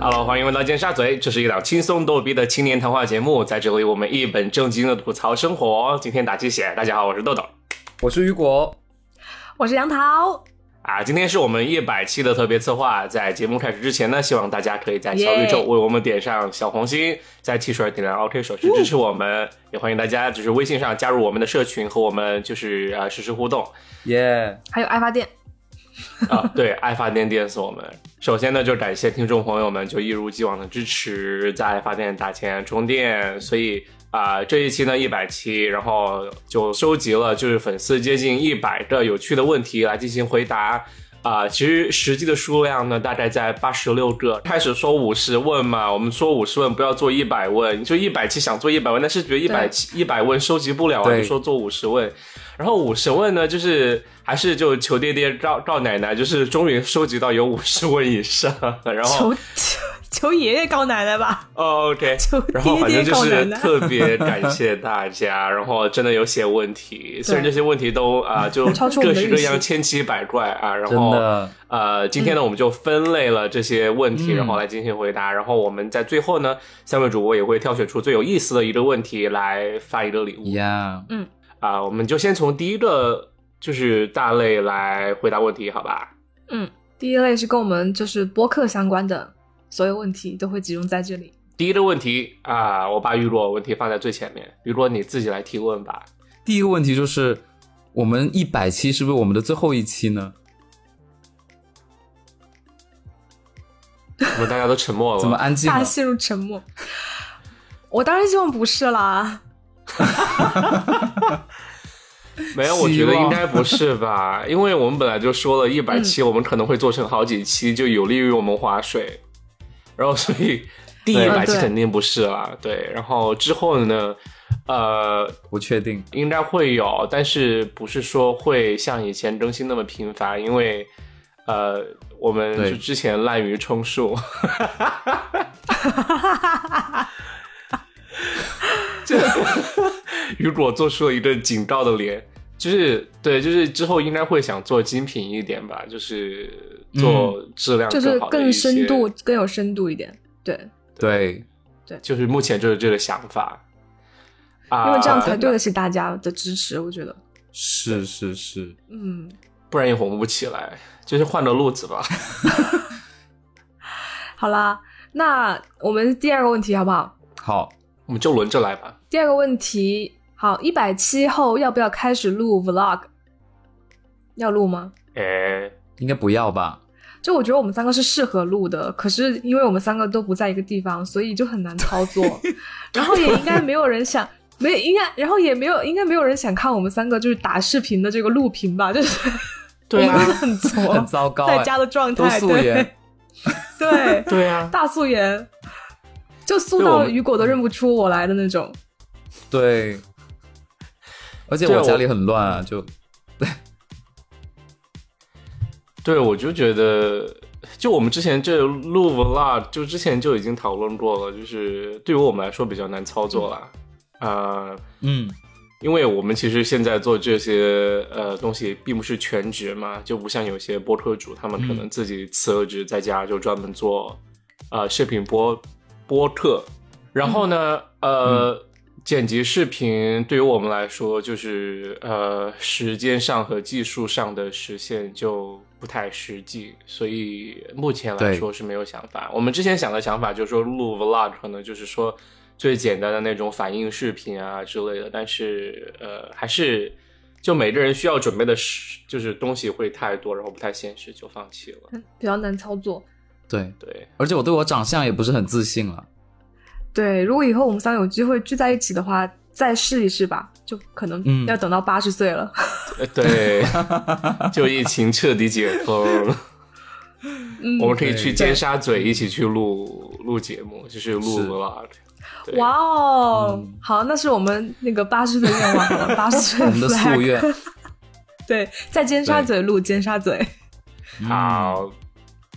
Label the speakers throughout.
Speaker 1: Hello，欢迎回到尖沙咀，这是一档轻松逗逼的青年谈话节目，在这里我们一本正经的吐槽生活。今天打鸡血，大家好，我是豆豆
Speaker 2: 我是雨果，
Speaker 3: 我是杨桃，
Speaker 1: 啊。今天是我们一百期的特别策划，在节目开始之前呢，希望大家可以在小宇宙
Speaker 3: Yeah
Speaker 1: 为我们点上小红心，在汽水点亮 OK 手去支持我们，也欢迎大家就是微信上加入我们的社群和我们就是呃实时互动。
Speaker 2: 耶、
Speaker 3: 还有爱发电，
Speaker 1: 啊，对，爱发电电死我们。首先呢，就感谢听众朋友们就一如既往的支持，在爱发电打钱充电。所以啊、这一期呢一百期，然后就收集了就是粉丝接近一百个有趣的问题来进行回答。啊、其实实际的数量呢，大概在八十六个。开始说五十问嘛，我们说五十问，不要做一百问。就一百期想做一百问，但是觉得一百期一百问收集不了啊，
Speaker 2: 对
Speaker 1: 就说做五十问。然后五十问呢，就是还是就求爹爹赵赵奶奶，就是终于收集到有五十问以上，然后
Speaker 3: 求求求爷爷告奶奶吧，
Speaker 1: 哦 OK，
Speaker 3: 求
Speaker 1: 然后反
Speaker 3: 爹
Speaker 1: 正
Speaker 3: 爹
Speaker 1: 就
Speaker 3: 告奶
Speaker 1: 是
Speaker 3: 奶。
Speaker 1: 特别感谢大家，然后真的有写问题，虽然这些问题都啊、就
Speaker 3: 超出我
Speaker 1: 各
Speaker 3: 们的
Speaker 1: 式各
Speaker 3: 预
Speaker 1: 样
Speaker 3: 期嗯
Speaker 1: 千奇百怪啊，然
Speaker 2: 真
Speaker 1: 后
Speaker 2: 的
Speaker 1: 呃，今天呢，我们就分类了这些问题，
Speaker 2: 嗯
Speaker 1: 然后来进行回答。然后我们在最后呢，三位主播也会挑选出最有意思的一个问题来发一个礼物
Speaker 2: 呀
Speaker 1: 啊、我们就先从第一个就是大类来回答问题，好吧？
Speaker 3: 嗯，第一类是跟我们就是播客相关的所有问题都会集中在这里。
Speaker 1: 第一个问题啊、我把雨果问题放在最前面，雨果你自己来提问吧。
Speaker 2: 第一个问题就是，我们一百期是不是我们的最后一期呢？
Speaker 1: 我们大家都沉默了，
Speaker 2: 怎么安静啊
Speaker 3: 大
Speaker 2: 了
Speaker 3: 家？陷入沉默。我当然希望不是啦，
Speaker 1: 没有，我
Speaker 2: 希
Speaker 1: 觉得应
Speaker 2: 望
Speaker 1: 该不是吧，因为我们本来就说了一百期，我们可能会做成好几期，就有利于我们划水。然后，所以第一
Speaker 2: 对
Speaker 1: 百期
Speaker 3: 嗯对
Speaker 1: 肯定不是啦，对。然后之后呢，呃，
Speaker 2: 不确定。
Speaker 1: 应该会有，但是不是说会像以前更新那么频繁，因为呃，我们
Speaker 2: 对
Speaker 1: 就之前滥竽充数。这雨果做出了一个警告的脸，就是对，就是之后应该会想做精品一点吧，就是做质量
Speaker 3: 就是
Speaker 1: 好的
Speaker 3: 更
Speaker 1: 一些
Speaker 3: 深度、更有深度一点。对，
Speaker 2: 对，
Speaker 1: 就是目前就是这个想法。啊，
Speaker 3: 因为这样才对得起大家的支持，我觉得。
Speaker 2: 是是是。
Speaker 3: 嗯，
Speaker 1: 不然也红不起来。就是换个路子吧。
Speaker 3: 好啦，那我们第二个问题好不好？
Speaker 2: 好，
Speaker 1: 我们就轮着来吧。
Speaker 3: 第二个问题，好，一百期后要不要开始录 vlog？要录吗？
Speaker 1: 哎，
Speaker 2: 应该不要吧？
Speaker 3: 就我觉得我们三个是适合录的，可是因为我们三个都不在一个地方，所以就很难操 作。然后也应该没有人想，没应该，然后也没有应该没有人想看我们三个就是打视频的这个录屏吧？ 就是
Speaker 1: 对
Speaker 3: 我
Speaker 1: 啊
Speaker 3: 们， 很
Speaker 2: 很
Speaker 3: 挫，
Speaker 2: 糟糕、哎
Speaker 3: 在家的状
Speaker 2: 都
Speaker 3: 态，
Speaker 2: 素颜
Speaker 3: 对 对，
Speaker 1: 对啊，
Speaker 3: 大素颜，就素
Speaker 1: 对我
Speaker 3: 到
Speaker 1: 们
Speaker 3: 雨果都认不出我来的那种。
Speaker 2: 对。而且
Speaker 1: 对
Speaker 2: 我
Speaker 1: 我
Speaker 2: 家里很乱啊，就
Speaker 1: 对，我就觉得，就我们之前这录 vlog，就之前就已经讨论过了，就是对于我们来说比较难操作啦。呃，
Speaker 2: 嗯，
Speaker 1: 因为我们其实现在做这些呃东西并不是全职嘛，就不像有些播客主，他们可能自己辞了职，在家就专门做呃视频播播客。然后呢，呃，剪辑视频对于我们来说，就是呃时间上和技术上的实现就不太实际，所以目前来
Speaker 2: 对
Speaker 1: 说是没有想法。我们之前想的想法就是说录 vlog，可能就是说最简单的那种反应视频啊之类的，但是呃还是就每个人需要准备的时就是东西会太多，然后不太现实，就放弃了。
Speaker 3: 比较难操作。
Speaker 2: 对，
Speaker 1: 对，
Speaker 2: 而且我对我长相也不是很自信啊了。
Speaker 3: 对，如果以后我们三个有机会聚在一起的话，再试一试吧，就可能
Speaker 2: 嗯
Speaker 3: 要等到八十岁了。
Speaker 1: 呃 对，就疫情彻底解封。
Speaker 3: 嗯，
Speaker 1: 我们可以去
Speaker 2: 对
Speaker 1: 尖沙咀一起去录录节目，就是录
Speaker 2: 是
Speaker 1: vlog。对
Speaker 3: 哇哦
Speaker 2: 嗯，
Speaker 3: 好，那是我们那个八十岁的愿望好 了，八十岁
Speaker 2: 我们的
Speaker 3: flag
Speaker 2: 夙愿。
Speaker 3: 对，在尖沙咀录尖沙咀，
Speaker 2: 嗯，
Speaker 1: 好，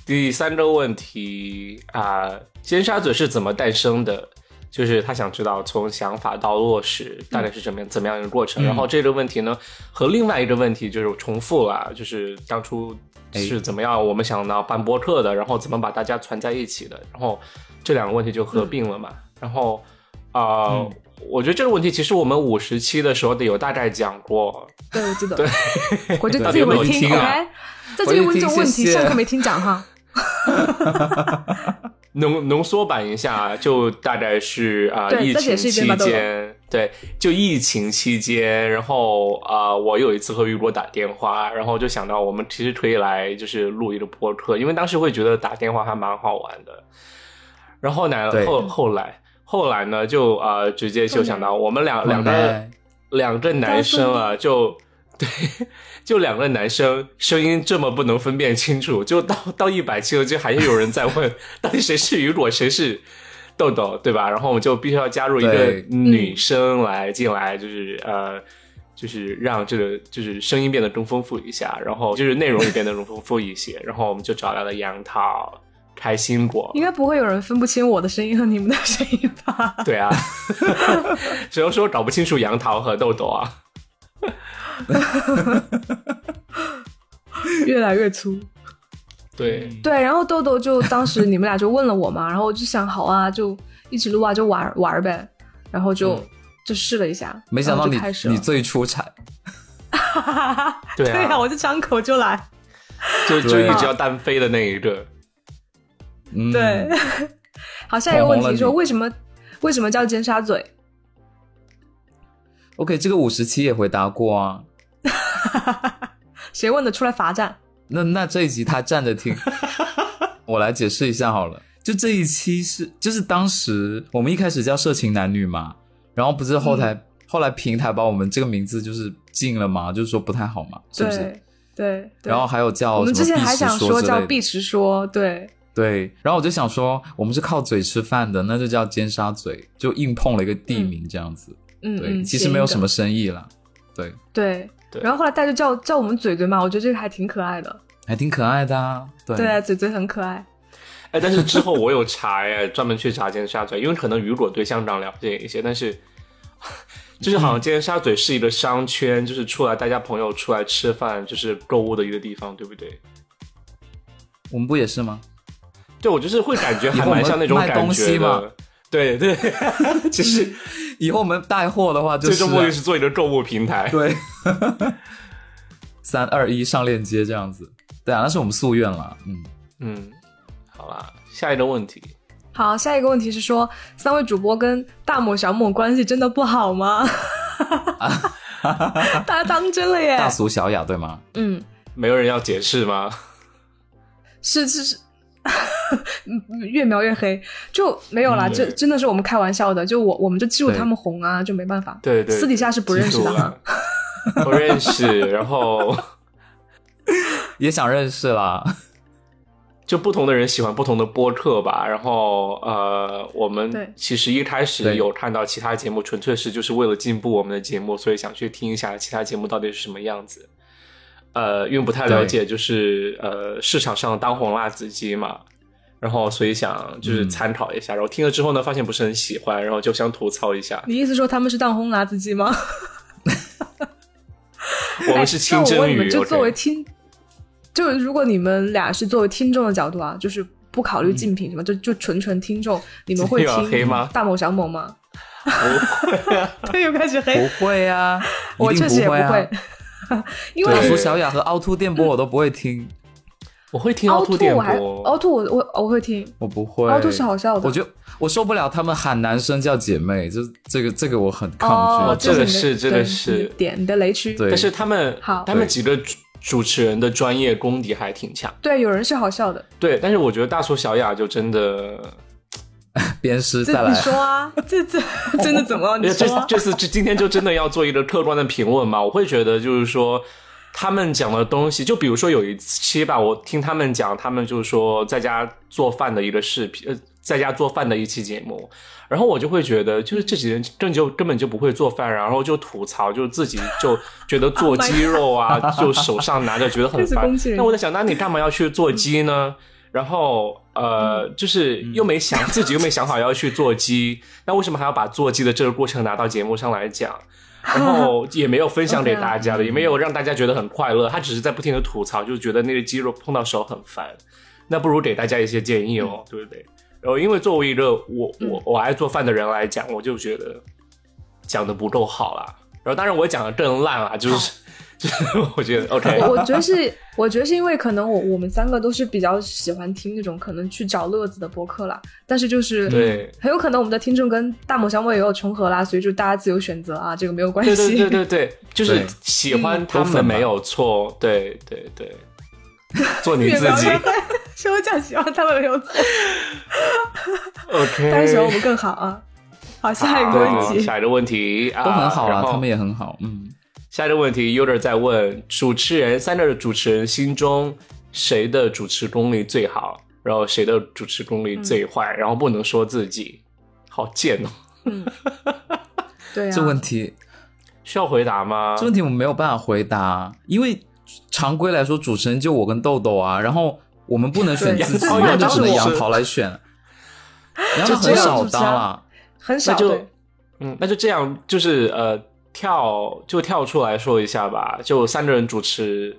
Speaker 1: 第三个问题啊、尖沙咀是怎么诞生的？就是他想知道从想法到落实大概是怎么样怎么样一个过
Speaker 3: 嗯
Speaker 1: 程。然后这个问题呢，和另外一个问题就是重复了，就是当初是怎么样我们想到办播客的，然后怎么把大家攒在一起的，然后这两个问题就合并了
Speaker 3: 嗯
Speaker 1: 嘛。然后啊、呃我觉得这个问题其实我们五十期的时候有大概讲过，
Speaker 3: 对， 我记得
Speaker 1: 对，
Speaker 3: 回去自
Speaker 2: 到
Speaker 3: 己回
Speaker 2: 底有没有听啊
Speaker 3: OK，在这里问这种
Speaker 2: 回去听
Speaker 3: 问题，
Speaker 2: 谢谢
Speaker 3: 上课没听讲哈。
Speaker 1: 浓浓缩版一下，就大概是啊、
Speaker 3: 对
Speaker 1: 疫
Speaker 3: 再
Speaker 1: 情
Speaker 3: 解释一遍
Speaker 1: 期
Speaker 3: 吧豆豆
Speaker 1: 间，对，就疫情期间，然后啊、我有一次和雨果打电话，然后就想到我们其实可以来就是录一个播客，因为当时会觉得打电话还蛮好玩的。然后呢，
Speaker 2: 对
Speaker 1: 后后来后来呢，就啊、呃直接就想到我们两啊两
Speaker 2: 后
Speaker 1: 个
Speaker 2: 来
Speaker 1: 两个男生啊，就 对，就两个男生声音这么不能分辨清楚，就到到一百期了，就还是有人在问到底谁是雨果，谁是豆豆，对吧？然后我们就必须要加入一个
Speaker 2: 对
Speaker 1: 女生来进来，就是呃。就是让这个就是声音变得更丰富一下，然后就是内容也变得更丰富一些，然后我们就找来了杨桃、开心果，
Speaker 3: 应该不会有人分不清我的声音和你们的声音吧？
Speaker 1: 对啊， 只能说搞不清楚杨桃和豆豆啊。
Speaker 3: 越来越粗。
Speaker 1: 对，
Speaker 3: 对，然后豆豆就当时你们俩就问了我嘛，然后我就想好啊，就一起录啊，就玩玩儿呗，然后就、
Speaker 1: 嗯
Speaker 3: 就试了一下，
Speaker 2: 没想到
Speaker 3: 然后
Speaker 2: 你
Speaker 3: 啊就开始了
Speaker 2: 你最出彩，
Speaker 1: 对啊
Speaker 3: 对我就张口就来，
Speaker 1: 就就
Speaker 2: 对
Speaker 1: 一直要单飞的那一个。
Speaker 2: 嗯，
Speaker 3: 对。 好，下一个
Speaker 2: 捧红
Speaker 3: 问
Speaker 2: 了
Speaker 3: 题
Speaker 2: 你
Speaker 3: 说为什么为什么叫尖沙咀？
Speaker 2: OK，这个五十期也回答过啊。
Speaker 3: 谁问的出来罚站？
Speaker 2: 那那这一集他站着 听，我来解释一下好了。就这一期是，就是当时我们一开始叫色情男女嘛，然后不是后
Speaker 3: 嗯
Speaker 2: 台、后来平台把我们这个名字就是禁了嘛，就是说不太好嘛，是不是？
Speaker 3: 对对对。
Speaker 2: 然后还有叫
Speaker 3: 我们
Speaker 2: 什
Speaker 3: 之前
Speaker 2: 么
Speaker 3: 还
Speaker 2: 避
Speaker 3: 想
Speaker 2: 世
Speaker 3: 说
Speaker 2: 说之
Speaker 3: 叫
Speaker 2: 类
Speaker 3: 碧
Speaker 2: 的，
Speaker 3: 池说，对
Speaker 2: 对。然后我就想说，我们是靠嘴吃饭的，那就叫尖沙咀，就硬碰了一个地名这样子。
Speaker 3: 嗯
Speaker 2: 对，
Speaker 3: 嗯，
Speaker 2: 其
Speaker 3: 谐
Speaker 2: 实
Speaker 3: 音
Speaker 2: 没有
Speaker 3: 梗
Speaker 2: 什么深意啦。对，
Speaker 3: 对。
Speaker 1: 对
Speaker 3: 然后后来大家就叫叫我们嘴嘴嘛，我觉得这个还挺可爱的。
Speaker 2: 还挺可爱的啊。对，
Speaker 3: 对啊，嘴嘴很可爱。
Speaker 1: 哎，但是之后我有查哎，专门去查尖沙咀，因为可能雨果对香港了解一些，但是就是好像尖沙咀是一个商圈，就是出来大家朋友出来吃饭，就是购物的一个地方，对不对？
Speaker 2: 我们不也是吗？
Speaker 1: 对，我就是会感觉
Speaker 2: 以
Speaker 1: 还
Speaker 2: 后我
Speaker 1: 蛮
Speaker 2: 们
Speaker 1: 像那种
Speaker 2: 卖
Speaker 1: 感
Speaker 2: 东
Speaker 1: 觉
Speaker 2: 西嘛
Speaker 1: 的。对 对，其实
Speaker 2: 以后我们带货的话就
Speaker 1: 最
Speaker 2: 是啊、
Speaker 1: 终目的是做一个购物平台。
Speaker 2: 对，三二一上链接这样子。对啊，那是我们夙愿了。嗯，
Speaker 1: 嗯，好啦，下一个问题。
Speaker 3: 好，下一个问题是说，三位主播跟大某小某关系真的不 好吗？大家当真了耶！
Speaker 2: 大俗小雅对吗？
Speaker 3: 嗯，
Speaker 1: 没有人要解释吗？
Speaker 3: 是是是，嗯越描越黑，就没有啦。
Speaker 1: 嗯
Speaker 3: 这
Speaker 1: 对
Speaker 3: 真的是我们开玩笑的，就我我们就记住
Speaker 2: 对
Speaker 3: 他们红啊，就没办法。
Speaker 1: 对对，
Speaker 3: 私底下是不认识的哈。
Speaker 1: 了， 不认识，然后
Speaker 2: 也想认识啦。
Speaker 1: 就不同的人喜欢不同的播客吧。然后呃，我
Speaker 3: 对
Speaker 1: 们其实一开始
Speaker 2: 对
Speaker 1: 有看到其他节目，纯粹是就是为了进步我们的节目，所以想去听一下其他节目到底是什么样子。呃，因为不太了解，就是呃市场上当红辣子鸡嘛，然后所以想就是
Speaker 2: 嗯
Speaker 1: 参考一下，然后听了之后呢，发现不是很喜欢，然后就想吐槽一下。
Speaker 3: 你意思说他们是当红拿自己吗？
Speaker 1: 我们是
Speaker 3: 哎
Speaker 1: 清
Speaker 3: 那我
Speaker 1: 蒸
Speaker 3: 问你
Speaker 1: 鱼
Speaker 3: 们，就
Speaker 1: OK
Speaker 3: 作为听，就如果你们俩是作为听众的角度啊，就是不考虑竞品什么，就就纯纯听众，你们会
Speaker 1: 又嗯要黑
Speaker 3: 听
Speaker 1: 吗
Speaker 3: 大某小 某吗？对，又开始黑
Speaker 2: 不会啊，
Speaker 3: 哎 我
Speaker 2: 一定
Speaker 3: 确实也
Speaker 2: 不会、啊。
Speaker 3: 会，因
Speaker 2: 大
Speaker 3: 为
Speaker 1: 对
Speaker 2: 俗小雅和凹凸电波我都不会听，
Speaker 1: 我会听
Speaker 3: 凹
Speaker 1: 凹
Speaker 3: 凸
Speaker 1: 凸电
Speaker 3: 我还
Speaker 1: 波，
Speaker 3: 凹凸我我我会听，
Speaker 2: 我不会。
Speaker 3: 凹凸是好笑的。
Speaker 2: 我觉得我受不了他们喊男生叫姐妹，就这个这个我很
Speaker 3: 哦
Speaker 2: 抗，拒。
Speaker 1: 这
Speaker 3: 是
Speaker 1: 个
Speaker 3: 你的
Speaker 1: 是这个
Speaker 3: 对
Speaker 1: 是
Speaker 3: 你的点你的雷区。
Speaker 2: 对，
Speaker 1: 但是他们
Speaker 3: 好
Speaker 1: 他们
Speaker 2: 对
Speaker 1: 几个主主持人的专业功底还挺强。
Speaker 3: 对，有人是好笑的，
Speaker 1: 对，但是我觉得大叔小雅就真的，
Speaker 2: 鞭尸
Speaker 3: 这
Speaker 2: 再
Speaker 3: 你
Speaker 2: 来，
Speaker 3: 说啊，这这 真的怎么了？你
Speaker 1: 呃这
Speaker 3: 说啊
Speaker 1: 这次这今天就真的要做一个客观的评论嘛？我会觉得就是说，他们讲的东西，就比如说有一期吧，我听他们讲，他们就是说在家做饭的一个视频，呃，在家做饭的一期节目，然后我就会觉得，就是这几人根就根本就不会做饭，然后就吐槽，就自己就觉得
Speaker 3: 哎
Speaker 1: 做鸡肉啊，就手上拿着觉得很
Speaker 3: 开始
Speaker 1: 烦
Speaker 3: 攻击。人
Speaker 1: 那我在想，那你干嘛要去做鸡呢？然后呃，就是又没想自己又没想好要去做鸡，那为什么还要把做鸡的这个过程拿到节目上来讲？然后也没有分享给大家的，也没有让大家觉得很快乐，他只是在不停的吐槽，就觉得那个鸡肉碰到手很烦。那不如给大家一些建议哦，对不对？然后因为作为一个我我我爱做饭的人来讲，我就觉得讲的不够好啦。然后当然我讲的更烂啦，就是 就是我觉得 OK，
Speaker 3: 我我觉得是，我觉得是因为可能我我们三个都是比较喜欢听那种可能去找乐子的播客啦，但是就是
Speaker 1: 对
Speaker 3: 很有可能我们的听众跟大某小某也有重合啦，所以就大家自由选择啊，这个没有关系。
Speaker 1: 对对对对 对，就是
Speaker 2: 对
Speaker 1: 喜欢他
Speaker 2: 都粉
Speaker 1: 们
Speaker 2: 嘛
Speaker 1: 没有错，对对对，做你
Speaker 3: 远
Speaker 1: 自
Speaker 3: 方
Speaker 1: 己
Speaker 3: 约会是我讲喜欢他们没有错，
Speaker 1: ，OK。
Speaker 3: 但是喜欢我们更好啊。好，下一个问
Speaker 1: 好
Speaker 3: 题，
Speaker 1: 下一个问题啊，
Speaker 2: 都很好
Speaker 1: 然
Speaker 2: 啊，
Speaker 1: 后
Speaker 2: 他们也很好，嗯，
Speaker 1: 下一个问题，Uder 在问主持人三个主持人心中谁的主持功力最好，然后谁的主持功力最坏，然后不能说自己，好贱哦！
Speaker 3: 嗯，对啊，
Speaker 2: 这问题
Speaker 1: 需要回答吗？
Speaker 2: 这问题我没有办法回答，因为常规来说，主持人就我跟豆豆啊，然后我们不能选
Speaker 3: 对
Speaker 2: 自己，
Speaker 1: 哦
Speaker 2: 那就
Speaker 1: 杨
Speaker 2: 只能
Speaker 1: 桃
Speaker 2: 杨
Speaker 1: 是
Speaker 2: 桃来选，杨桃
Speaker 1: 就
Speaker 2: 很
Speaker 1: 只有
Speaker 2: 少
Speaker 3: 主持
Speaker 2: 当
Speaker 3: 啊
Speaker 2: 啦。
Speaker 3: 很
Speaker 1: 那
Speaker 3: 少
Speaker 1: 就
Speaker 3: 对
Speaker 1: 嗯，那就这样，就是呃，跳就跳出来说一下吧，就三个人主持。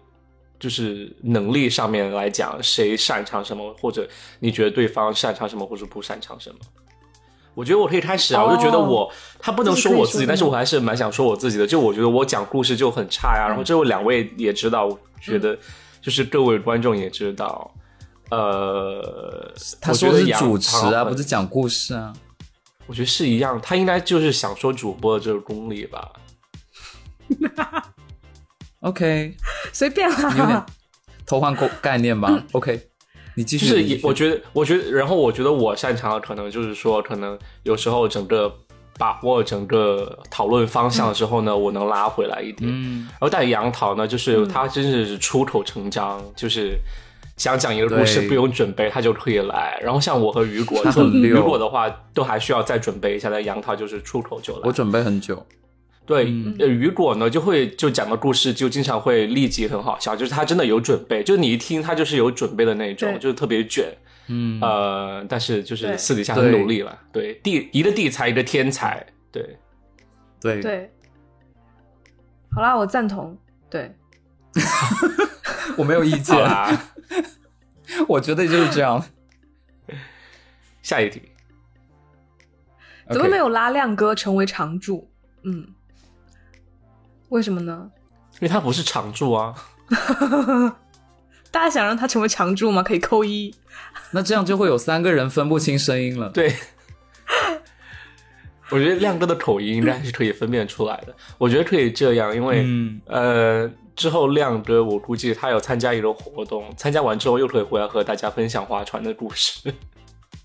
Speaker 1: 就是能力上面来讲，谁擅长什么，或者你觉得对方擅长什么，或者不擅长什么？我觉得我可以开始啊，
Speaker 3: 哦
Speaker 1: 我就觉得我他不能说我自
Speaker 3: 这是可以说嗯
Speaker 1: 己，
Speaker 3: 的
Speaker 1: 但是我还是蛮想说我自己的。就我觉得我讲故事就很差
Speaker 3: 嗯
Speaker 1: 呀、然后这位两位也知道，我觉得就是各位观众也知道，呃，
Speaker 2: 他
Speaker 1: 我觉
Speaker 2: 说
Speaker 1: 得
Speaker 2: 是
Speaker 1: 杨
Speaker 2: 主持啊，
Speaker 1: 唐
Speaker 2: 不是讲故事啊。
Speaker 1: 我觉得是一样，他应该就是想说主播的这个功力吧。
Speaker 2: OK，
Speaker 3: 随便
Speaker 2: 你有点
Speaker 3: 啦。
Speaker 2: 偷换过概念吧、o k 你继
Speaker 1: 就
Speaker 2: 续。
Speaker 1: 是
Speaker 2: 你
Speaker 1: 也
Speaker 2: 继续
Speaker 1: 我觉得，我觉得，然后我觉得我擅长的可能就是说，可能有时候整个把握整个讨论方向的时候呢，我能拉回来一点。
Speaker 2: 嗯，
Speaker 1: 然后但杨桃呢，就是
Speaker 3: 嗯
Speaker 1: 他真是出口成章，就是想讲一个故事
Speaker 2: 对
Speaker 1: 不用准备，他就可以来。然后像我和雨果
Speaker 2: 他，
Speaker 1: 就
Speaker 2: 很
Speaker 1: 雨
Speaker 2: 溜
Speaker 1: 果的话都还需要再准备一下，但杨桃就是出口就来。
Speaker 2: 我准备很久。
Speaker 1: 对
Speaker 2: 嗯，
Speaker 1: 呃雨果呢就会就讲的故事就经常会立即很好笑，就是他真的有准备，就你一听他就是有准备的那种，
Speaker 3: 对
Speaker 1: 就是特别卷。
Speaker 2: 嗯，
Speaker 1: 呃，但是就是
Speaker 3: 对
Speaker 1: 私底下很努力了，对，地一个地才一个天才， 对，
Speaker 2: 对，
Speaker 3: 对，好啦，我赞同。对，
Speaker 2: 我没有意见
Speaker 1: 好，啊
Speaker 2: 啊
Speaker 1: 啦，
Speaker 2: 我觉得就是这 样。
Speaker 1: 下一题，
Speaker 3: 怎么没
Speaker 2: OK，
Speaker 3: 有拉亮哥成为常驻？嗯，为什么呢？
Speaker 1: 因为他不是常驻啊，
Speaker 3: 大家想让他成为常驻吗？可以扣一。
Speaker 2: 那这样就会有三个人分不清声音了。
Speaker 1: 对， 我觉得亮哥的口音应该是可以分辨出来的，我觉得可以这样，因为、
Speaker 2: 嗯，
Speaker 1: 呃之后亮哥我估计他有参加一个活动，参加完之后又可以回来和大家分享划船的故事，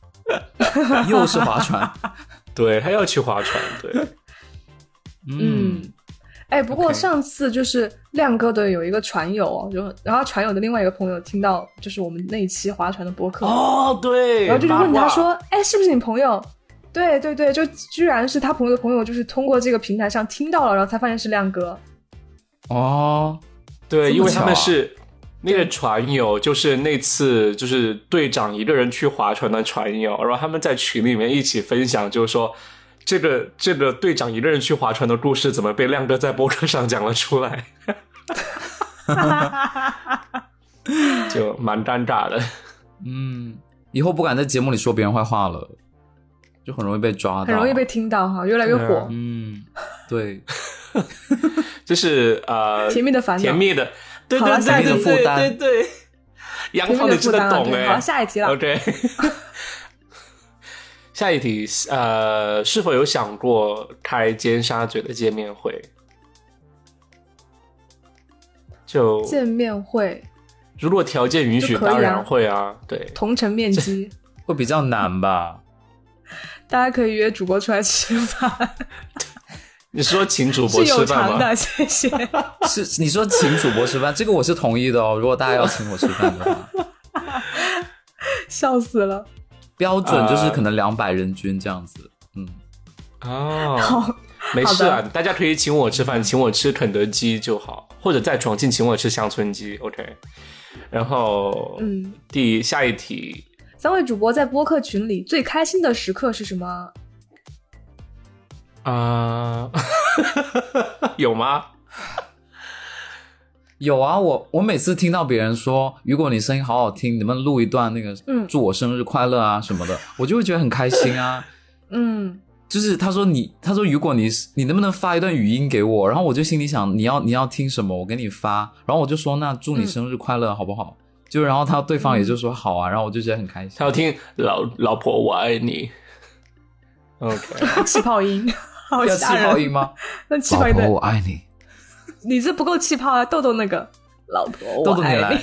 Speaker 2: 又是划船。
Speaker 1: 对他要去划船，对，
Speaker 2: 嗯
Speaker 3: 嗯，哎，不过
Speaker 2: OK
Speaker 3: 上次就是亮哥的有一个船友哦，就然后船友的另外一个朋友听到就是我们那一期划船的播 客，
Speaker 1: 哦对，
Speaker 3: 然后就问
Speaker 1: 八
Speaker 3: 他
Speaker 1: 卦
Speaker 3: 说：“哎，是不是你朋友？”对对对，就居然是他朋友的朋友，就是通过这个平台上听到了，然后才发现是亮哥。
Speaker 2: 哦，
Speaker 1: 对，
Speaker 2: 这么
Speaker 1: 因为他
Speaker 2: 巧
Speaker 1: 们
Speaker 2: 啊
Speaker 1: 是那个船友，就是那次就是队长一个人去划船的船友，然后他们在群里面一起分享，就是说这个这个队长一个人去划船的故事怎么被亮哥在博客上讲了出来， 就蛮尴尬的。
Speaker 2: 嗯，以后不敢在节目里说别人坏话了，就很容易被抓到，
Speaker 3: 很容易被。听到哈，越来越火。
Speaker 2: 嗯，对，
Speaker 1: 就是
Speaker 2: 啊
Speaker 1: 呃，
Speaker 3: 甜蜜的烦恼，
Speaker 1: 甜蜜的，对
Speaker 3: 好
Speaker 1: 对
Speaker 3: 啊了
Speaker 1: 对
Speaker 3: 下一
Speaker 1: 对
Speaker 3: 题
Speaker 1: 对
Speaker 2: 负担
Speaker 1: 对对，杨
Speaker 3: 甜
Speaker 1: 涛
Speaker 3: 蜜
Speaker 1: 你
Speaker 3: 的
Speaker 1: 真
Speaker 3: 负
Speaker 1: 的
Speaker 3: 担啊。
Speaker 1: 懂
Speaker 3: 对，
Speaker 1: 哎、
Speaker 3: 好，下一题了。
Speaker 1: OK，下一题，呃，是否有想过开尖沙咀的见面会？就
Speaker 3: 见面会，
Speaker 1: 如果条件允许，
Speaker 3: 就可以啊
Speaker 1: 当然会啊。对，
Speaker 3: 同城面基，
Speaker 2: 会比较难吧？
Speaker 3: 大家可以约主播出来吃饭，
Speaker 1: 你是说请主播
Speaker 3: 是有
Speaker 1: 吃饭
Speaker 3: 偿
Speaker 1: 吗？
Speaker 3: 的，谢谢。
Speaker 2: 是你说请主播吃饭，这个我是同意的哦。如果大家要请我吃饭的话，
Speaker 3: 笑死了。
Speaker 2: 标准
Speaker 3: 啊
Speaker 2: 就是可能两百人均这样子。嗯，
Speaker 1: 哦，
Speaker 3: 好，
Speaker 1: 没事啊
Speaker 3: 好，
Speaker 1: 大家可以请我吃饭，请我吃肯德基就好，或者在重庆请我吃乡村鸡。OK，然后，
Speaker 3: 嗯，
Speaker 1: 第下一题，
Speaker 3: 三位主播在播客群里最开心的时刻是什么？
Speaker 1: 啊、 有吗？
Speaker 2: 有啊，我我每次听到别人说，如果你声音好好听，你们录一段那个
Speaker 3: 嗯
Speaker 2: 祝我生日快乐啊什么的，我就会觉得很开心啊。
Speaker 3: 嗯，
Speaker 2: 就是他说你，他说如果你你能不能发一段语音给我，然后我就心里想你要你要听什么，我给你发，然后我就说那祝你
Speaker 3: 嗯
Speaker 2: 生日快乐好不好？就然后他对方也就说好啊，然后我就觉得很开心
Speaker 1: 他。要听老老婆我爱你。OK，
Speaker 3: 气泡音，好
Speaker 2: 要气
Speaker 3: 吓
Speaker 2: 泡
Speaker 3: 人。
Speaker 2: 音 吗？
Speaker 3: 那气
Speaker 2: 老
Speaker 3: 泡音
Speaker 2: 婆
Speaker 3: 的，
Speaker 2: 我爱你，
Speaker 3: 你这不够气泡啊！豆豆那个，老婆我
Speaker 2: 豆豆你
Speaker 3: 爱
Speaker 2: 来，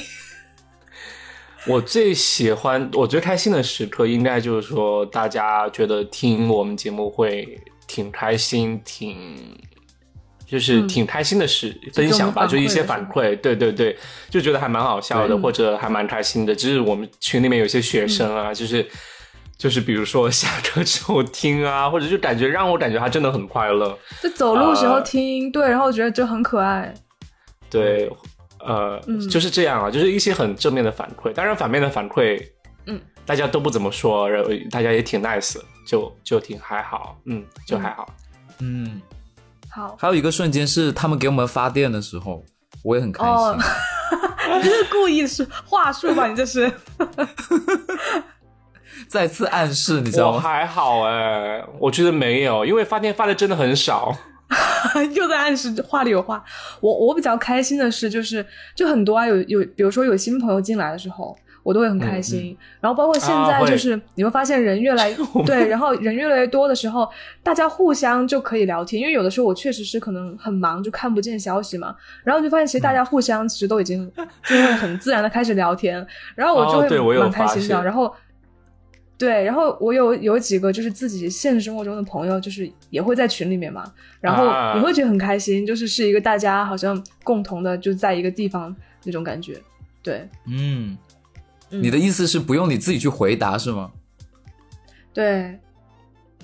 Speaker 1: 我最喜欢，我最开心的时刻，应该就是说，大家觉得听我们节目会挺开心，挺就是
Speaker 3: 嗯
Speaker 1: 挺开心的事，
Speaker 3: 给我
Speaker 1: 分
Speaker 3: 们
Speaker 1: 享吧，
Speaker 3: 反
Speaker 1: 就一
Speaker 3: 馈
Speaker 1: 些
Speaker 3: 的
Speaker 1: 反
Speaker 3: 是吧
Speaker 1: 馈，对对对，就觉得还蛮好笑的，
Speaker 3: 嗯
Speaker 1: 或者还蛮开心的。就是我们群里面有些学生啊，就是就是比如说下车之后听啊，或者就感觉让我感觉他真的很快乐。
Speaker 3: 就走路时候
Speaker 1: 呃
Speaker 3: 听，对，然后我觉得就很可爱。
Speaker 1: 对，呃，
Speaker 3: 嗯
Speaker 1: 就是这样啊，就是一些很正面的反馈，当然反面的反馈，
Speaker 3: 嗯，
Speaker 1: 大家都不怎么说，然后大家也挺 nice，的就就挺还好，嗯，就还好。
Speaker 2: 嗯，
Speaker 3: 好，
Speaker 2: 还有一个瞬间是他们给我们发电的时候，我也很开心。
Speaker 3: 哦 你这是故意是话术吧？你这是，
Speaker 2: 再次暗示，你知道
Speaker 1: 我
Speaker 2: 吗？
Speaker 1: 还好哎、我觉得没有，因为发电发的真的很少。
Speaker 3: 又在暗示话里有话。我我比较开心的是，就是就很多啊，有有，比如说有新朋友进来的时候，我都会很开心。然后包括现
Speaker 1: 嗯啊
Speaker 3: 在，
Speaker 1: 会
Speaker 3: 就是、你会发现人越来
Speaker 1: 我们
Speaker 3: 对，然后人越来越多的时候，大家互相就可以聊天，因为有的时候我确实是可能很忙，就看不见消息嘛。然后你就发现，其实大
Speaker 1: 嗯
Speaker 3: 家互相其实都已经就会很自然的开始聊天，然后我
Speaker 1: 哦对
Speaker 3: 就
Speaker 1: 我
Speaker 3: 会
Speaker 1: 有
Speaker 3: 蛮开
Speaker 1: 发
Speaker 3: 心的。
Speaker 1: 现
Speaker 3: 然后。对，然后我有有几个就是自己现实生活中的朋友，就是也会在群里面嘛，然后
Speaker 1: 啊
Speaker 3: 你会觉得很开心，就是是一个大家好像共同的就在一个地方那种感觉。对，
Speaker 2: 嗯，
Speaker 3: 嗯
Speaker 2: 你的意思是不用你自己去回答是吗？
Speaker 3: 对，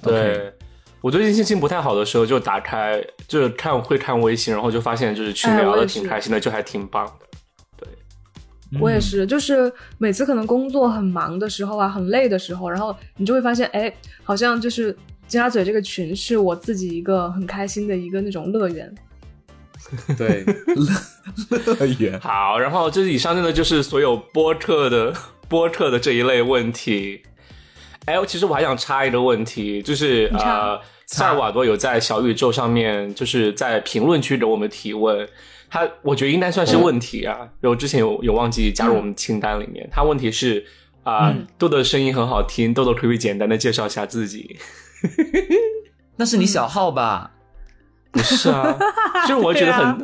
Speaker 1: 对我最近心情不太好的时候，就打开就是看会看微信，然后就发现就是群
Speaker 3: 哎
Speaker 1: 聊
Speaker 3: 我
Speaker 1: 的
Speaker 3: 也
Speaker 1: 挺
Speaker 3: 是
Speaker 1: 开心的，就还挺棒的。嗯
Speaker 3: 我也是，就是每次可能工作很忙的时候啊，很累的时候，然后你就会发现，哎，好像就是尖沙咀这个群是我自己一个很开心的一个那种乐园。
Speaker 2: 嗯，对， 乐乐园。
Speaker 1: 好，然后就是以上真的就是所有播客的 播客的这一类问题。哎，其实我还想插一个问题，就是
Speaker 3: 你插
Speaker 1: 呃，塞尔瓦多有在小宇宙上面，就是在评论区给我们提问。他我觉得应该算是问题啊，
Speaker 3: 嗯
Speaker 1: 因为我之前有有忘记加入我们清单里面。他问题是啊，
Speaker 3: 嗯
Speaker 1: 豆豆声音很好听，豆豆可不可以简单的介绍一下自己？
Speaker 2: 那是你小号吧？
Speaker 1: 不是啊， 就是我觉得很、
Speaker 3: 啊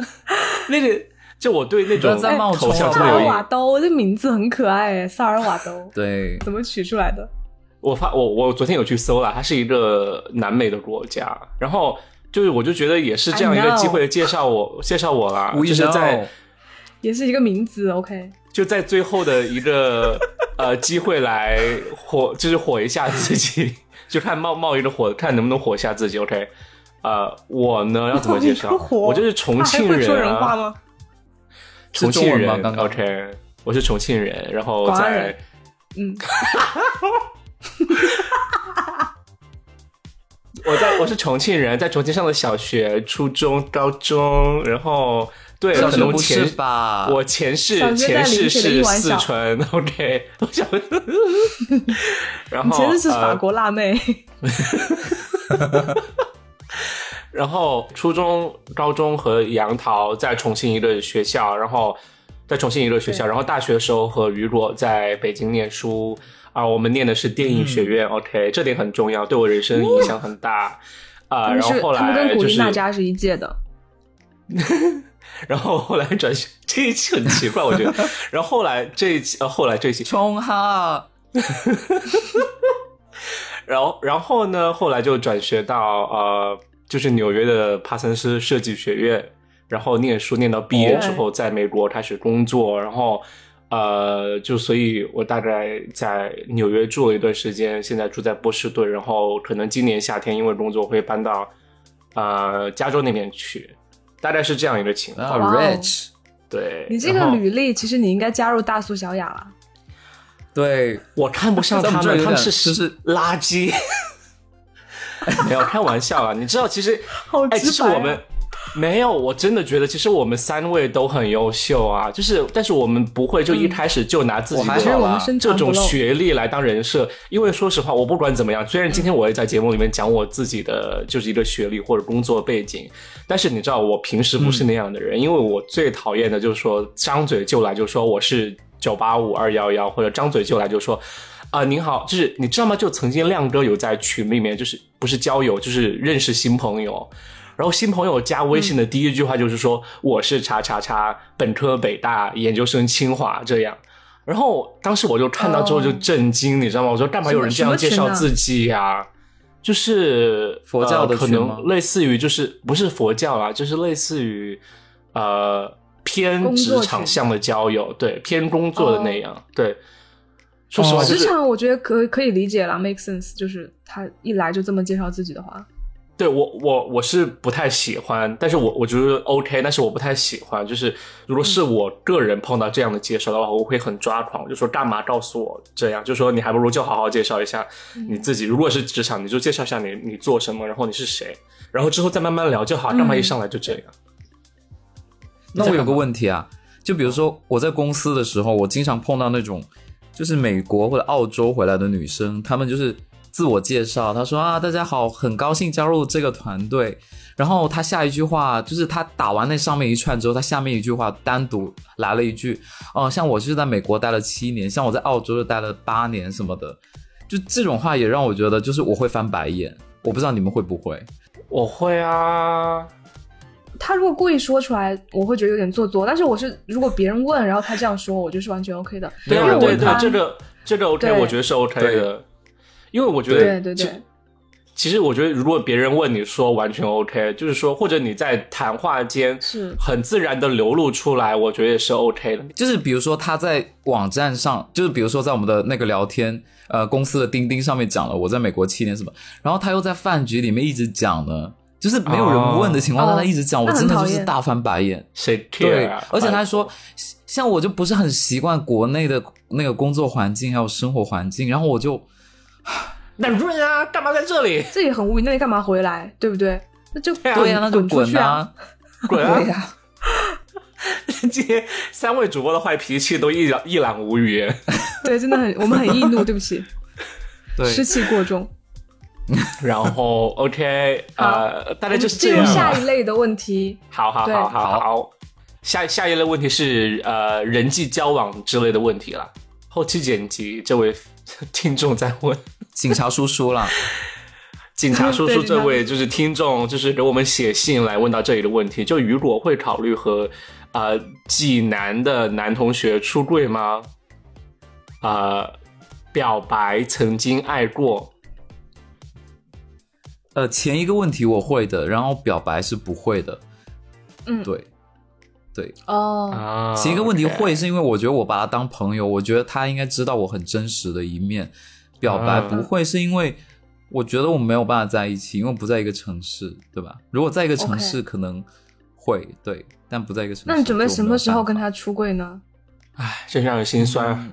Speaker 1: 那个，就我对那
Speaker 2: 不要
Speaker 1: 种
Speaker 2: 再冒充
Speaker 1: 头像
Speaker 2: 了
Speaker 1: 特
Speaker 3: 萨
Speaker 1: 别有
Speaker 3: 尔
Speaker 1: 印
Speaker 3: 瓦兜这名字很可爱哎，萨尔瓦兜
Speaker 2: 对，
Speaker 3: 怎么取出来的？
Speaker 1: 我发我我昨天有去搜了，它是一个南美的国家，然后就是我就觉得也是这样一
Speaker 3: I
Speaker 1: 个
Speaker 3: know
Speaker 1: 机会介绍我介绍我啦，
Speaker 2: We
Speaker 1: 啊就是在
Speaker 2: know
Speaker 3: 也是一个名字，OK。
Speaker 1: 就在最后的一个呃机会来火，就是火一下自己，就看冒冒一个火，看能不能火一下自己。OK，呃，我呢要怎么介绍
Speaker 3: 冒一个？火
Speaker 1: 我就是重庆
Speaker 3: 他还会说人话
Speaker 1: 啊，
Speaker 3: 吗？
Speaker 1: 重
Speaker 2: 是
Speaker 1: 庆
Speaker 2: 中文
Speaker 1: 人
Speaker 2: 吗刚刚
Speaker 1: o k 我是重庆人，然后
Speaker 3: 广安
Speaker 1: 在
Speaker 3: 人嗯，
Speaker 1: 我在我是重庆人，在重庆上的小学、初中、高中，然后对，
Speaker 2: 小
Speaker 1: 可
Speaker 2: 学
Speaker 1: 能
Speaker 2: 不
Speaker 1: 前
Speaker 2: 是吧？
Speaker 1: 我前世
Speaker 3: 小学在
Speaker 1: 前世
Speaker 3: 临水的一
Speaker 1: 是
Speaker 3: 碗
Speaker 1: 四
Speaker 3: 小
Speaker 1: 川，OK，我 想，然
Speaker 3: 你
Speaker 1: 后
Speaker 3: 前世是法
Speaker 1: 呃
Speaker 3: 国辣妹，
Speaker 1: 然后初中、高中和杨桃在重庆一个学校，然后在重庆一个学校，
Speaker 3: 对
Speaker 1: 然后大学的时候和雨果在北京念书啊，我们念的是电影学院、o
Speaker 3: 嗯
Speaker 1: k 这点很重要，对我人生影响很大。啊、
Speaker 3: 他们
Speaker 1: 然后
Speaker 3: 是
Speaker 1: 后
Speaker 3: 他们
Speaker 1: 来
Speaker 3: 跟古
Speaker 1: 就
Speaker 3: 力
Speaker 1: 是，
Speaker 3: 娜扎是一届的。
Speaker 1: 然后后来转学，这一期很奇怪，我觉 得。然后后来这一期，呃，后来这一期，
Speaker 2: 冲哈，
Speaker 1: 然后然后呢，后来就转学到呃，就是纽约的帕森斯设计学院，然后念书念到毕
Speaker 3: 哦
Speaker 1: 业之后，在美国开始工作，然后呃，就所以我大概在纽约住了一段时间，现在住在波士顿，然后可能今年夏天因为工作会搬到呃加州那边去，大概是这样一个情况。
Speaker 2: 啊
Speaker 3: 哇哦
Speaker 2: ，Rich，
Speaker 1: 对，
Speaker 3: 你这个
Speaker 1: 然后
Speaker 3: 履历，其实你应该加入大苏小雅了。
Speaker 2: 对，
Speaker 1: 我看不上
Speaker 2: 在我
Speaker 1: 他
Speaker 2: 们这儿
Speaker 1: 们，
Speaker 2: 有
Speaker 1: 他们
Speaker 2: 点
Speaker 1: 是
Speaker 2: 就是
Speaker 1: 垃圾。没有开玩笑啊，你知道其实
Speaker 3: 好
Speaker 1: 哎，
Speaker 3: 直
Speaker 1: 其实
Speaker 3: 白啊
Speaker 1: 我们没有，我真的觉得其实我们三位都很优秀啊，就是但是我们不会就一开始就拿自己
Speaker 2: 我还
Speaker 1: 的
Speaker 2: 是
Speaker 3: 我
Speaker 2: 好
Speaker 3: 们
Speaker 2: 啦
Speaker 3: 深
Speaker 1: 这
Speaker 3: 藏不
Speaker 1: 种
Speaker 3: 露。
Speaker 1: 学历来当人设，因为说实话，我不管怎么样，虽然今天我也在节目里面讲我自己的就是一个学历或者工作背景，但是你知道我平时不是那样的人，因为我最讨厌的就是说张嘴就来就说我是九八五二幺幺，或者张嘴就来就说。啊、您好，就是你知道吗？就曾经亮哥有在群里面，就是不是交友，就是认识新朋友，然后新朋友加微信的第一句话就是说、我是叉叉叉，本科北大，研究生清华这样。然后当时我就看到之后就
Speaker 3: 哦
Speaker 1: 震惊，你知道吗？我说干嘛有人这样介绍自己呀、就是
Speaker 2: 佛教的
Speaker 1: 呃可
Speaker 2: 群吗
Speaker 1: 能类似于就是不是佛教啦，就是类似于呃偏
Speaker 3: 工
Speaker 1: 职
Speaker 3: 作哦
Speaker 1: 场
Speaker 3: 群
Speaker 1: 向的交友，对偏工作的那样。对，说
Speaker 2: 哦
Speaker 1: 实话，就
Speaker 3: 职
Speaker 1: 是、
Speaker 3: 场我觉得可可以理解了，make sense。就是他一来就这么介绍自己的话，
Speaker 1: 对我我我是不太喜欢，但是我我觉得 OK，但是我不太喜欢。就是如果是我个人碰到这样的介绍的话，我会很抓狂，我就说干嘛告诉我这样？就说你还不如就好好介绍一下你自己。如果是职场，你就介绍一下你你做什么，然后你是谁，然后之后再慢慢聊就好，
Speaker 2: 嗯
Speaker 1: 干嘛一上来就这样？
Speaker 2: 那
Speaker 1: 你在
Speaker 2: 我有
Speaker 1: 干
Speaker 2: 个
Speaker 1: 嘛
Speaker 2: 问题啊，就比如说我在公司的时候，我经常碰到那种就是美国或者澳洲回来的女生，她们就是自我介绍，她说啊，大家好，很高兴加入这个团队。然后她下一句话就是她打完那上面一串之后，她下面一句话单独来了一句，哦、像我是在美国待了七年，像我在澳洲就待了八年什么的，就这种话也让我觉得就是我会翻白眼，我不知道你们会不会。
Speaker 1: 我会啊，
Speaker 3: 他如果故意说出来，我会觉得有点做作。但是我是如果别人问，然后他这样说，我就是完全 OK 的。
Speaker 2: 没
Speaker 1: 对
Speaker 2: 有
Speaker 1: 啊
Speaker 2: 人
Speaker 1: 对
Speaker 2: 问
Speaker 1: 对
Speaker 2: 他，
Speaker 1: 这个这个 OK，
Speaker 3: 对
Speaker 1: 我觉得是 OK
Speaker 2: 对
Speaker 1: 的，因为我觉得
Speaker 3: 对对
Speaker 1: 就
Speaker 3: 对，
Speaker 1: 其实我觉得，如果别人问你说完全 OK，就是说，或者你在谈话间
Speaker 3: 是
Speaker 1: 很自然的流露出来，我觉得也是 OK 的。
Speaker 2: 就是比如说他在网站上，就是比如说在我们的那个聊天，呃，公司的钉钉上面讲了我在美国七年什么，然后他又在饭局里面一直讲呢，就是没有人问的情况下，
Speaker 3: 哦
Speaker 2: 他一直讲，
Speaker 3: 那
Speaker 2: 我
Speaker 3: 很
Speaker 2: 真的就
Speaker 3: 讨
Speaker 2: 是
Speaker 3: 厌
Speaker 2: 大翻白眼。
Speaker 1: 谁 c
Speaker 2: 对
Speaker 1: a 啊？，
Speaker 2: 而且他还说，像我就不是很习惯国内的那个工作环境还有生活环境，然后我就
Speaker 1: 那润啊，干嘛在这 里？
Speaker 3: 这也很无语。那你干嘛回来？对不对？那就
Speaker 1: 啊
Speaker 2: 对呀、那就
Speaker 3: 滚出
Speaker 2: 滚
Speaker 3: 去啊！
Speaker 2: 啊，
Speaker 1: 滚啊！
Speaker 2: 呀、
Speaker 1: 今天三位主播的坏脾气都一览一览无余。
Speaker 3: 对，真的很，我们很易怒，对不起，
Speaker 2: 对，
Speaker 3: 湿气过重。
Speaker 1: 然后 OK，呃，大概就是
Speaker 3: 进
Speaker 1: 这
Speaker 3: 入
Speaker 1: 样
Speaker 3: 下
Speaker 1: 吧。
Speaker 3: 一类的问题，
Speaker 1: 好好好
Speaker 3: 对
Speaker 1: 好好。下下一类问题是呃人际交往之类的问题了。后期剪辑，这位 听众在问。
Speaker 2: 警察叔叔啦，
Speaker 1: 警察叔叔
Speaker 3: 对
Speaker 1: 这位就是听众，就是给我们写信来问到这里的问题，就雨果会考虑和呃济南的男同学出柜吗？呃，表白曾经爱过，
Speaker 2: 呃，前一个问题我会的，然后表白是不会的，
Speaker 3: 嗯，
Speaker 2: 对，对，
Speaker 3: 哦，
Speaker 1: 啊，
Speaker 2: 嗯其实一个问题会是因为我觉得我把他当朋友，我觉得他应该知道我很真实的一面。表白
Speaker 1: 嗯
Speaker 2: 不会是因为我觉得我们没有办法在一起，因为不在一个城市，对吧？如果在一个城市，可能会对，但不在一个城市。
Speaker 3: 那你准备
Speaker 2: 所以
Speaker 3: 什
Speaker 2: 我没有
Speaker 3: 么时候
Speaker 2: 办法
Speaker 3: 跟？他出柜呢？
Speaker 1: 唉，真让人心酸啊。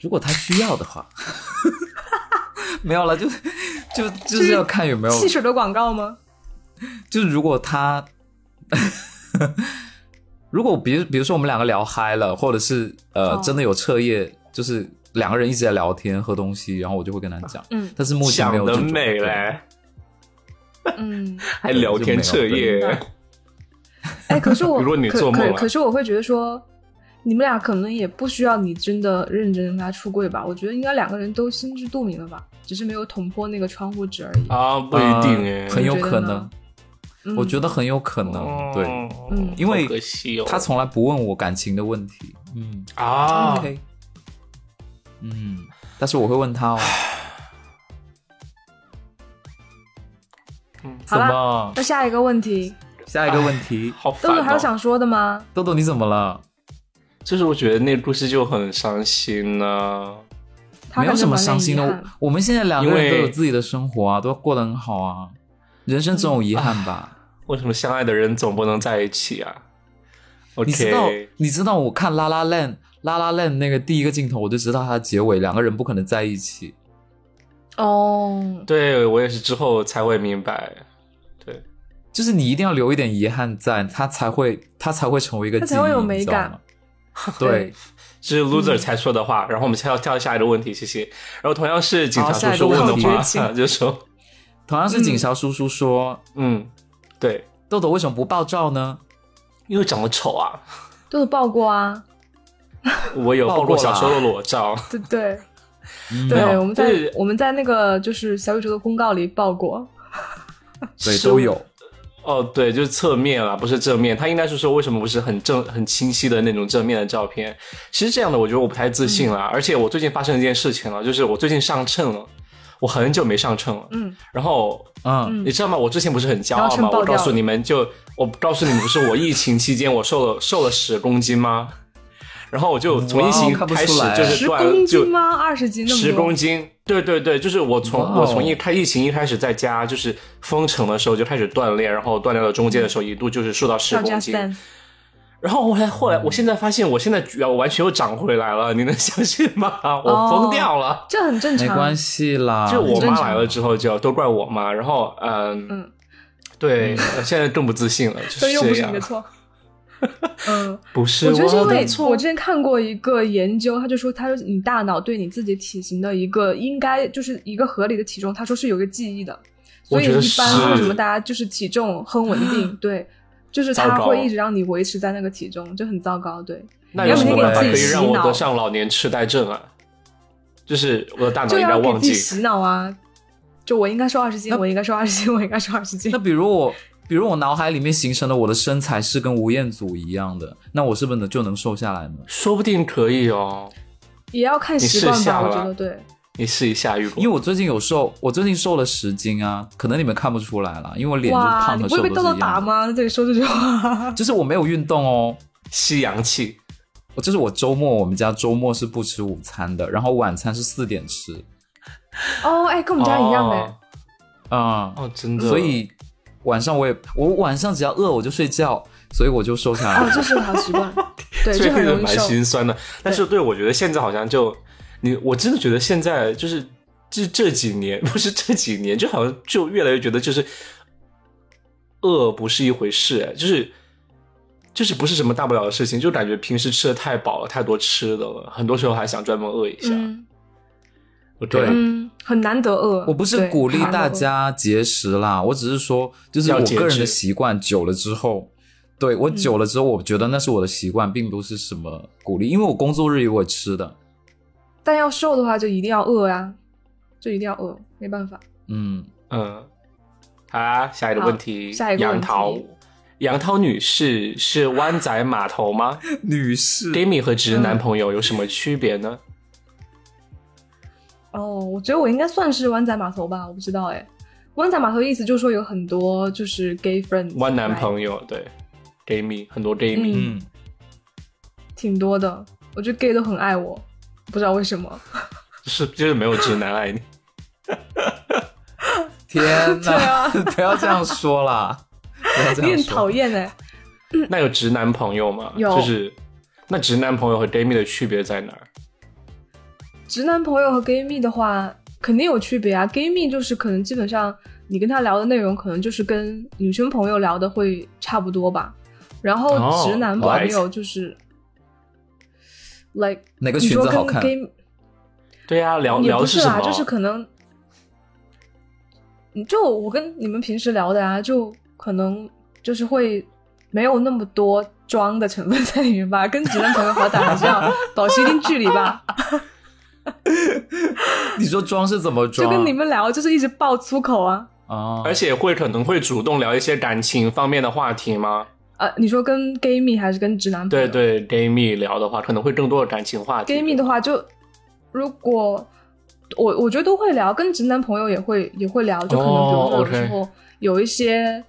Speaker 2: 如果他需要的话， 没有了，就就就是要看有没有
Speaker 3: 汽水的广告吗？
Speaker 2: 就是如果他， 如果比如比如说我们两个聊嗨了，或者是呃、
Speaker 3: 哦
Speaker 2: 真的有彻夜，就是两个人一直在聊天喝东西，然后我就会跟他讲。
Speaker 3: 嗯
Speaker 2: 但是目前没
Speaker 1: 想
Speaker 2: 有这
Speaker 1: 得
Speaker 2: 种
Speaker 1: 美
Speaker 2: 对
Speaker 1: 嘞，
Speaker 3: 嗯，
Speaker 1: 还聊天彻夜
Speaker 3: 就没有 哎，可是我
Speaker 1: 如果你
Speaker 3: 可
Speaker 1: 做梦啊
Speaker 3: 可
Speaker 1: 了
Speaker 3: 可是我会觉得说，你们俩可能也不需要你真的认真地跟他出柜吧？我觉得应该两个人都心知肚明了吧，只是没有捅破那个窗户纸而已。
Speaker 1: 啊，不一定哎
Speaker 2: 呃，很有
Speaker 3: 你觉
Speaker 2: 可
Speaker 3: 得呢
Speaker 2: 能，
Speaker 3: 嗯
Speaker 2: 我觉得很有可能，对
Speaker 1: 哦
Speaker 3: 嗯
Speaker 2: 因为
Speaker 1: 好可惜哦，
Speaker 2: 他从来不问我感情的问题。嗯
Speaker 1: 啊，
Speaker 2: ，OK，嗯，但是我会问他哦，怎
Speaker 3: 好了。
Speaker 2: 么？
Speaker 3: 那下一个问题，
Speaker 2: 下一个问题，
Speaker 1: 好烦
Speaker 3: 豆
Speaker 1: 哦。
Speaker 3: 豆还有想说的吗？
Speaker 2: 豆豆你怎么了？
Speaker 1: 就是我觉得那个故事就很伤心啊呢、
Speaker 3: 他
Speaker 2: 没有
Speaker 3: 感觉
Speaker 2: 什么
Speaker 3: 蛮
Speaker 2: 伤心
Speaker 3: 遗
Speaker 2: 的
Speaker 3: 憾。
Speaker 2: 我们现在两个人
Speaker 1: 因
Speaker 2: 都
Speaker 1: 为
Speaker 2: 有自己的生活啊，都过得很好啊。人生总有遗憾吧？
Speaker 1: 为什么相爱的人总不能在一起啊？
Speaker 2: 你知道
Speaker 1: OK，
Speaker 2: 你知道我看《拉拉烂》《拉拉烂》那个第一个镜头，我就知道它的结尾两个人不可能在一起。
Speaker 3: 哦，
Speaker 1: 对我也是之后才会明白，对，
Speaker 2: 就是你一定要留一点遗憾在，它才会它才会成为一个
Speaker 3: 它
Speaker 2: 记忆，
Speaker 3: 才会有美
Speaker 2: 你知道
Speaker 3: 感
Speaker 2: 吗。对，
Speaker 1: 这是 loser 才说的话。然后我们跳跳下一个问题，谢谢。然后同样是警察
Speaker 2: 好
Speaker 1: 叔
Speaker 2: 下一
Speaker 1: 叔
Speaker 2: 个
Speaker 1: 问的
Speaker 3: 问题
Speaker 1: 话
Speaker 3: 绝，情
Speaker 1: 就说，
Speaker 2: 同样是
Speaker 3: 嗯
Speaker 2: 警察叔叔说，
Speaker 1: 嗯，对，
Speaker 2: 豆豆为什么不爆照呢？
Speaker 1: 因为长得丑啊，
Speaker 3: 都有爆过啊，
Speaker 1: 我有
Speaker 2: 爆
Speaker 1: 爆过
Speaker 2: 过
Speaker 1: 小
Speaker 2: 啦
Speaker 1: 时候的裸照，
Speaker 3: 对对
Speaker 2: 嗯
Speaker 1: 没
Speaker 3: 对，
Speaker 1: 有
Speaker 3: 我们在
Speaker 1: 就是
Speaker 3: 我们在那个就是小宇宙的公告里爆过，
Speaker 2: 对
Speaker 1: 是
Speaker 2: 都有。
Speaker 1: 哦，对，就是侧面啦，不是正面。他应该是说为什么不是很正、很清晰的那种正面的照片。其实这样的，我觉得我不太自信
Speaker 3: 嗯
Speaker 1: 啦。而且我最近发生一件事情了，就是我最近上秤了，我很久没上秤了。
Speaker 3: 嗯，
Speaker 1: 然后
Speaker 2: 嗯，
Speaker 1: 你知道吗？我之前不是很骄
Speaker 3: 然后
Speaker 1: 傲
Speaker 3: 秤
Speaker 1: 吗？
Speaker 3: 爆
Speaker 1: 我告
Speaker 3: 掉
Speaker 1: 诉
Speaker 3: 了
Speaker 1: 你们就，我告诉你们，不是我疫情期间我瘦了瘦了十公斤吗？然后我就
Speaker 3: 嗯
Speaker 1: 从
Speaker 2: 哇
Speaker 1: 疫
Speaker 3: 哦
Speaker 1: 情
Speaker 2: 看不
Speaker 1: 开
Speaker 2: 出
Speaker 1: 始
Speaker 2: 来
Speaker 1: 就
Speaker 2: 对
Speaker 1: 是
Speaker 3: 十
Speaker 1: 断
Speaker 3: 公
Speaker 1: 就
Speaker 3: 斤吗？二十斤那么多？
Speaker 1: 十公斤，对对对，就是我从、
Speaker 2: 哇哦
Speaker 1: 我从一开疫情一开始在家就是封城的时候就开始锻炼，然后锻炼到中间的时候一度就是瘦到十
Speaker 3: 跳
Speaker 1: 公
Speaker 3: Just
Speaker 1: 斤，
Speaker 3: Dance，
Speaker 1: 然后后来后来我现在发现我现在居然完全又长回来了，你能相信吗？ 我疯掉了。
Speaker 3: 这很正
Speaker 2: 没
Speaker 3: 常，啊
Speaker 2: 关系啦，
Speaker 1: 就我
Speaker 3: 很哦正
Speaker 1: 妈
Speaker 3: 常
Speaker 1: 来了之后，就都怪我妈。然后，嗯，
Speaker 3: 嗯，
Speaker 1: 对，我现在更不自信 了，就
Speaker 3: 所以又不
Speaker 1: 这
Speaker 3: 是
Speaker 1: 样
Speaker 3: 你的。错。 嗯，
Speaker 1: 不是
Speaker 3: 我觉得是因
Speaker 1: 的
Speaker 3: 为
Speaker 1: 错，
Speaker 3: 我之前看过一个研究，他就说，他说你大脑对你自己体型的一个应该就是一个合理的体重，他说是有一个记忆的，
Speaker 1: 我
Speaker 3: 所以
Speaker 1: 觉得
Speaker 3: 一
Speaker 1: 是
Speaker 3: 般为什么大家就是体重很稳 定，对，就是
Speaker 1: 糟
Speaker 3: 他
Speaker 1: 糕
Speaker 3: 会一直让你维持在那个体重，就很糟糕，对，
Speaker 1: 那有什么
Speaker 2: 要不
Speaker 1: 办
Speaker 2: 你
Speaker 1: 法
Speaker 2: 给
Speaker 1: 可
Speaker 2: 自己
Speaker 1: 以让
Speaker 3: 洗
Speaker 1: 我
Speaker 3: 脑
Speaker 1: 得上老年痴呆症啊？就是我的大脑
Speaker 3: 就
Speaker 1: 应该
Speaker 3: 要啊给
Speaker 1: 忘
Speaker 3: 自己
Speaker 1: 记。
Speaker 3: 洗脑啊，就我应该瘦二十斤，我应该瘦二十斤，我应该瘦二十斤
Speaker 2: 那，比如我，比如我脑海里面形成了我的身材是跟吴彦祖一样的，那我是不是能就能瘦下来呢？
Speaker 1: 说不定可以哦，
Speaker 3: 也要看习
Speaker 1: 你
Speaker 3: 惯
Speaker 1: 试下吧
Speaker 3: 吧，我觉得对，
Speaker 1: 你试一下，雨果。
Speaker 2: 因为我最近有瘦，我最近瘦了十斤啊，可能你们看不出来啦，因为我脸就是
Speaker 3: 哇，
Speaker 2: 胖
Speaker 3: 你
Speaker 2: 和
Speaker 3: 不
Speaker 2: 瘦都
Speaker 3: 会被
Speaker 2: 是
Speaker 3: 豆豆
Speaker 2: 一
Speaker 3: 打
Speaker 2: 样的，
Speaker 3: 吗？这里说这句话。
Speaker 2: 就是我没有运动哦，
Speaker 1: 吸阳气，
Speaker 2: 我就是我周末我们家周末是不吃午餐的，然后晚餐是四点吃，
Speaker 3: 哦，哎，跟我们家一样哎
Speaker 1: 哦。
Speaker 2: 啊、
Speaker 1: 哦，真的，
Speaker 2: 所以晚上我也我晚上只要饿我就睡觉，所以我就瘦下来
Speaker 3: 哦，
Speaker 2: 了。
Speaker 3: 这是个好 习惯，对，
Speaker 1: 所以
Speaker 3: 就
Speaker 1: 这
Speaker 3: 很
Speaker 1: 个
Speaker 3: 容易
Speaker 1: 蛮
Speaker 3: 瘦。
Speaker 1: 心酸的。但是对我觉得现在好像就你，我真的觉得现在就是这这几年，不是这几年，就好像就越来越觉得就是饿不是一回事，哎就是就是不是什么大不了的事情，就感觉平时吃的太饱了，太多吃的了，很多时候还想专门饿一下。
Speaker 3: 嗯
Speaker 1: 我
Speaker 2: 对
Speaker 1: 真的
Speaker 3: 嗯，很难得饿。
Speaker 2: 我不是
Speaker 3: 对
Speaker 2: 鼓励大，
Speaker 3: 很难
Speaker 2: 家节食啦，我只是说，就是
Speaker 1: 要
Speaker 2: 我
Speaker 1: 节
Speaker 2: 个人
Speaker 1: 制
Speaker 2: 的习惯久了之后，对我久
Speaker 3: 嗯
Speaker 2: 了之后，我觉得那是我的习惯，并不是什么鼓励，因为我工作日也会吃的，
Speaker 3: 得饿但要瘦的话，就一定要饿啊，就一定要饿，没办法。
Speaker 2: 嗯，
Speaker 1: 嗯，好、啊，下一个
Speaker 3: 好
Speaker 1: 问题，
Speaker 3: 下一个
Speaker 1: 杨
Speaker 3: 问题
Speaker 1: 桃，杨桃女士是湾仔码头 吗？
Speaker 2: 女士
Speaker 1: gay 蜜和直男朋友有什么区别呢？
Speaker 3: 哦，我觉得我应该算是湾仔码头吧，我不知道哎。湾仔码头意思就是说有很多就是 gay friend，
Speaker 1: 弯男
Speaker 3: 友
Speaker 1: 朋友对 gay 蜜很多 gay 蜜，
Speaker 2: 嗯，
Speaker 3: 挺多的，我觉得 gay 都很爱我，不知道为什么。
Speaker 1: 就是就是没有直男哎爱你。
Speaker 2: 天
Speaker 3: 对
Speaker 2: 哪，
Speaker 3: 啊，
Speaker 2: 不要这样说啦，不要这
Speaker 3: 你
Speaker 2: 样
Speaker 3: 很
Speaker 2: 说
Speaker 3: 讨，厌哎。
Speaker 1: 那有直男朋友吗？
Speaker 3: 有
Speaker 1: 就是那直男朋友和 gay 蜜的区别在哪儿？
Speaker 3: 直男朋友和 gay 蜜的话，肯定有区别啊。gay 蜜就是可能基本上你跟他聊的内容，可能就是跟女生朋友聊的会差不多吧。然
Speaker 1: 哦
Speaker 3: 后直男朋
Speaker 1: right
Speaker 3: 友就是、like
Speaker 2: 哪个
Speaker 3: 你
Speaker 2: 裙
Speaker 3: 说
Speaker 2: 子好
Speaker 3: 跟
Speaker 2: 看？
Speaker 3: gay
Speaker 1: 对呀、聊
Speaker 3: 也
Speaker 1: 聊
Speaker 3: 不
Speaker 1: 的
Speaker 3: 是
Speaker 1: 什
Speaker 3: 啦，
Speaker 1: 么？
Speaker 3: 就是可能就我跟你们平时聊的啊，就可能就是会没有那么多装的成分在里面吧。跟直男朋友好歹还是要保持一定距离吧。
Speaker 2: 你说装是怎么
Speaker 3: 就
Speaker 2: 装？
Speaker 3: 跟你们聊，就是一直爆粗口啊。
Speaker 2: 啊，
Speaker 1: 而且会可能会主动聊一些感情方面的话题吗？
Speaker 3: 呃，你说跟 gay 蜜还是跟直男朋友？
Speaker 1: 对对，gay 蜜聊的话，可能会更多的感情话题。
Speaker 3: ，gay 蜜的话就，如果我我觉得都会聊，跟直男朋友也会也会聊，就可能比如说有
Speaker 1: 哦，OK
Speaker 3: 时候有一些、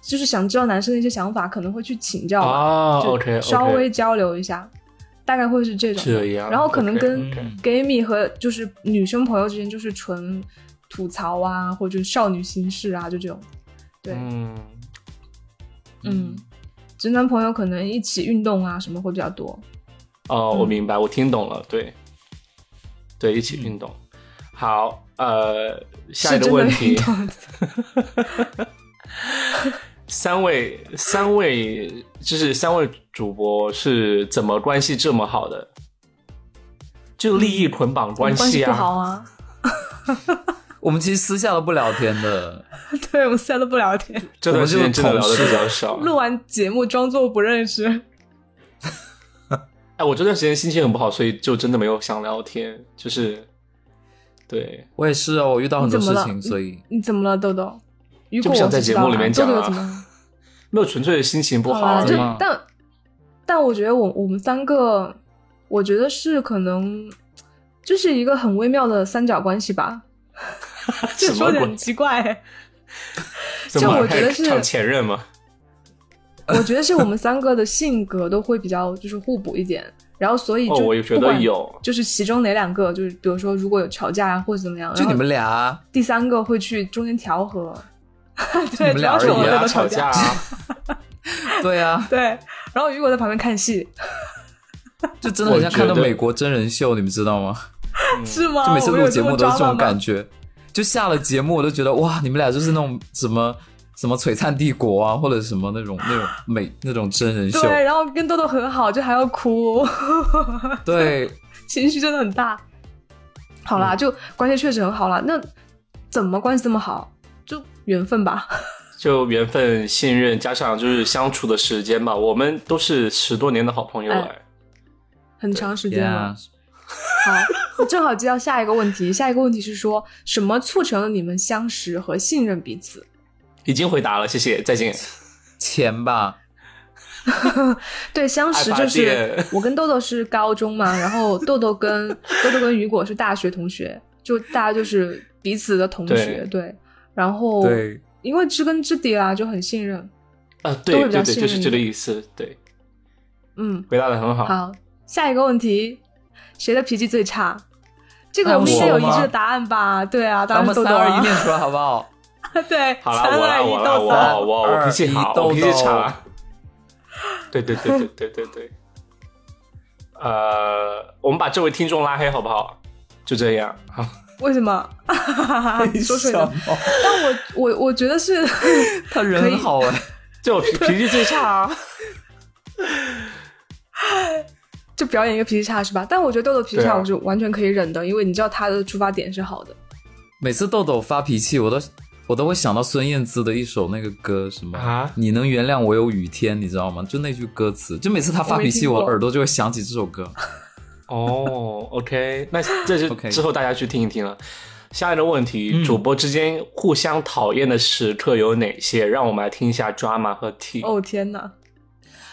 Speaker 3: 就是想知道男生的一些想法，可能会去请教吧，
Speaker 1: 啊
Speaker 3: 就
Speaker 1: ，OK，
Speaker 3: 稍微交流一下，大概会是这种的。
Speaker 1: 这样。
Speaker 3: 然后可能
Speaker 1: OK，嗯
Speaker 3: 跟
Speaker 1: OK
Speaker 3: gay 蜜和就是女生朋友之间就是纯吐槽啊，或者少女心事啊，就这种。对，
Speaker 1: 嗯，
Speaker 3: 嗯，直男朋友可能一起运动啊什么会比较多。
Speaker 1: 哦，我
Speaker 3: 嗯
Speaker 1: 明白，我听懂了，对，对，一起运动。
Speaker 3: 嗯
Speaker 1: 好，呃，下一
Speaker 3: 是
Speaker 1: 个
Speaker 3: 真
Speaker 1: 问
Speaker 3: 的
Speaker 1: 题
Speaker 3: 运，动
Speaker 1: 三位三位就是三位主播是怎么关系这么好的？就利益捆绑关
Speaker 3: 关系不
Speaker 1: 啊，
Speaker 3: 好啊，
Speaker 2: 我们其实私下都不聊天的，
Speaker 3: 对我们现在都不聊天，
Speaker 1: 这段时间真的聊的比较少。
Speaker 3: 录完节目装作不认识。
Speaker 1: 哎，我这段时间心情很不好，所以就真的没有想聊天，就是对，
Speaker 2: 我也是哦，我遇到很多事
Speaker 3: 你怎么
Speaker 2: 情，
Speaker 3: 了
Speaker 2: 所以
Speaker 3: 你怎么了，豆豆？如
Speaker 1: 就
Speaker 3: 果
Speaker 1: 不想
Speaker 3: 我
Speaker 1: 在
Speaker 3: 是
Speaker 1: 节
Speaker 3: 知
Speaker 1: 目
Speaker 3: 道
Speaker 1: 里面
Speaker 3: 了，
Speaker 1: 讲
Speaker 3: 豆豆
Speaker 1: 啊嗯
Speaker 3: 又怎么了？
Speaker 1: 没有纯粹的心情不好
Speaker 3: 好啦，啊
Speaker 1: 而
Speaker 3: 就
Speaker 1: 已。
Speaker 2: 吗
Speaker 3: 但但我觉得我我们三个，我觉得是可能就是一个很微妙的三角关系吧。这
Speaker 1: 什么
Speaker 3: 说的
Speaker 1: 鬼
Speaker 3: 很奇怪，
Speaker 1: 怎么
Speaker 3: 就我
Speaker 1: 开
Speaker 3: 觉
Speaker 1: 始
Speaker 3: 得是
Speaker 1: 唱前任嘛？
Speaker 3: 我觉得是我们三个的性格都会比较就是互补一点，然后所以就
Speaker 1: 哦，我也觉
Speaker 3: 不
Speaker 1: 得
Speaker 3: 管
Speaker 1: 有，
Speaker 3: 就是其中哪两个，就是比如说如果有吵架啊或者怎么样，
Speaker 2: 就
Speaker 3: 然后
Speaker 2: 你们俩啊，
Speaker 3: 第三个会去中间 调和，
Speaker 2: 你
Speaker 3: 对，
Speaker 2: 们
Speaker 3: 主
Speaker 2: 俩
Speaker 3: 要
Speaker 2: 而
Speaker 3: 是
Speaker 2: 已
Speaker 3: 我
Speaker 2: 啊
Speaker 3: 们
Speaker 1: 啊，
Speaker 3: 都
Speaker 1: 吵
Speaker 3: 吵
Speaker 1: 架， 啊，
Speaker 2: 对啊，
Speaker 3: 对，然后雨果在旁边看戏，
Speaker 2: 就真的很像看到
Speaker 1: 我觉得
Speaker 2: 美国真人秀，你们知道吗？
Speaker 3: 是吗？
Speaker 2: 就每次
Speaker 3: 哦我有
Speaker 2: 录节目
Speaker 3: 么
Speaker 2: 都是嗯这
Speaker 3: 抓马
Speaker 2: 种
Speaker 3: 吗
Speaker 2: 感觉，就下了节目我都觉得哇，你们俩就是那种什么什么璀璨帝国啊，或者什么那种那种美那种真人秀，
Speaker 3: 对，然后跟豆豆很好，就还要哭，
Speaker 2: 对，
Speaker 3: 情绪真的很大。好
Speaker 2: 嗯
Speaker 3: 啦，就关系确实很好啦。那怎么关系这么好？就缘分吧。
Speaker 1: 就缘分、信任，加上就是相处的时间吧。我们都是十多年的好朋友
Speaker 3: 哎
Speaker 1: 哎。
Speaker 3: 很长时间了。
Speaker 2: 呀，
Speaker 3: 好，正好接到下一个问题。下一个问题是说什么促成了你们相识和信任彼此？
Speaker 1: 已经回答了，谢谢，再见。
Speaker 2: 钱吧，
Speaker 3: 对，相识就
Speaker 1: 爱发
Speaker 3: 是
Speaker 1: 电
Speaker 3: 我跟豆豆是高中嘛，然后豆豆跟豆豆跟雨果是大学同学，就大家就是彼此的同学，对。然后
Speaker 2: 对，
Speaker 3: 因为知根知底啦，就很信任。
Speaker 1: 啊，
Speaker 3: 都
Speaker 1: 对
Speaker 3: 会比
Speaker 1: 对
Speaker 3: 较
Speaker 1: 对，
Speaker 3: 信
Speaker 1: 就是
Speaker 3: 任
Speaker 1: 这个
Speaker 3: 你
Speaker 1: 意思，对，
Speaker 3: 嗯，
Speaker 1: 回答的很好。
Speaker 3: 好，下一个问题，谁的脾气最差？这个
Speaker 2: 哎
Speaker 3: 我们应该
Speaker 2: 我
Speaker 3: 有
Speaker 2: 吗
Speaker 3: 一致的答案吧？对啊，
Speaker 2: 咱
Speaker 3: 当然
Speaker 2: 们
Speaker 3: 是豆
Speaker 2: 三
Speaker 3: 豆
Speaker 2: 二一
Speaker 3: 啊。
Speaker 2: 念出来好不 好？
Speaker 3: 对，
Speaker 1: 好啦，
Speaker 3: 三
Speaker 1: 我啦，
Speaker 3: 二一
Speaker 1: 我啦，
Speaker 3: 豆
Speaker 1: 我
Speaker 3: 三
Speaker 1: 啦，我我
Speaker 2: 二
Speaker 1: 脾气
Speaker 2: 一
Speaker 1: 好，
Speaker 2: 豆
Speaker 1: 我脾气
Speaker 2: 豆
Speaker 1: 差。对对对 对对对对。呃，我们把这位听众拉黑好不好？就这样， 好，
Speaker 3: 为什么？ 啊你说水了？
Speaker 2: 什么
Speaker 3: 但我我我觉得是
Speaker 2: 他人
Speaker 3: 可以
Speaker 2: 很好哎，
Speaker 1: 就我脾脾气最差啊。
Speaker 3: 就表演一个脾气差是吧？但我觉得豆豆脾气
Speaker 1: 对啊
Speaker 3: 差我是完全可以忍的，因为你知道他的出发点是好的。
Speaker 2: 每次豆豆发脾气，我都我都会想到孙燕姿的一首那个歌，什么、
Speaker 1: 啊
Speaker 2: 你能原谅我有雨天，你知道吗？就那句歌词，就每次她发
Speaker 3: 我没
Speaker 2: 脾气，
Speaker 3: 听
Speaker 2: 我
Speaker 3: 过
Speaker 2: 耳朵就会想起这首歌。
Speaker 1: 哦，OK，那 这就
Speaker 2: OK
Speaker 1: 之后大家去听一听了。下一个问题，
Speaker 2: 嗯
Speaker 1: 主播之间互相讨厌的时刻有哪些？让我们来听一下 drama 和
Speaker 2: 嗯
Speaker 1: T。
Speaker 3: 哦天哪！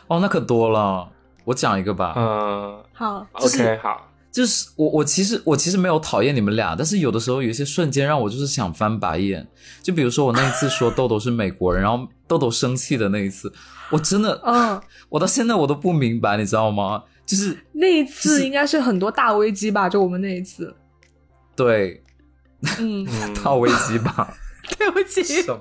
Speaker 2: 哦，那可多了，我讲一个吧。
Speaker 1: 嗯
Speaker 3: 好，
Speaker 1: ，OK，好，
Speaker 2: 就是我我其实我其实没有讨厌你们俩，但是有的时候有一些瞬间让我就是想翻白眼。就比如说我那一次说豆豆是美国人，然后豆豆生气的那一次，我真的，
Speaker 3: 嗯，
Speaker 2: 我到现在我都不明白，你知道吗？就是
Speaker 3: 那一
Speaker 2: 就
Speaker 3: 次
Speaker 2: 是
Speaker 3: 应该是很多大危机吧？就我们那一次。
Speaker 2: 对
Speaker 3: 嗯，
Speaker 1: 嗯，
Speaker 2: 套危机 吧，
Speaker 3: 对不起，
Speaker 2: 什么？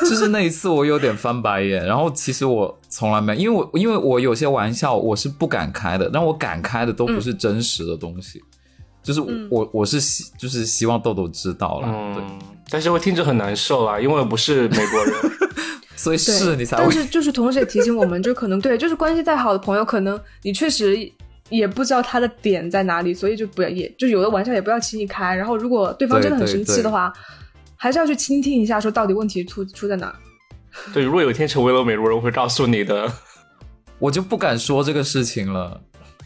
Speaker 2: 就是那一次，我有点翻白眼。然后其实我从来没，因为我因为我有些玩笑我是不敢开的，但我敢开的都不是真实的东西。就是我、
Speaker 3: 嗯
Speaker 2: 我我是希就是希望豆豆知道了，对，
Speaker 1: 嗯，但是会听着很难受啦，因为我不是美国人。
Speaker 2: 所以
Speaker 3: 对，
Speaker 2: 是你才
Speaker 3: 但
Speaker 2: 会
Speaker 3: 是就是同时也提醒我们，就可能对，就是关系再好的朋友，可能你确实也不知道他的点在哪里，所以就不要也就有的玩笑也不要轻易开。然后如果对方真的很
Speaker 2: 对
Speaker 3: 生
Speaker 2: 对
Speaker 3: 气的话，还是要去倾听一下，说到底问题出出在哪儿。
Speaker 1: 对，如果有一天成为了美国人，我会告诉你的。
Speaker 2: 我就不敢说这个事情了。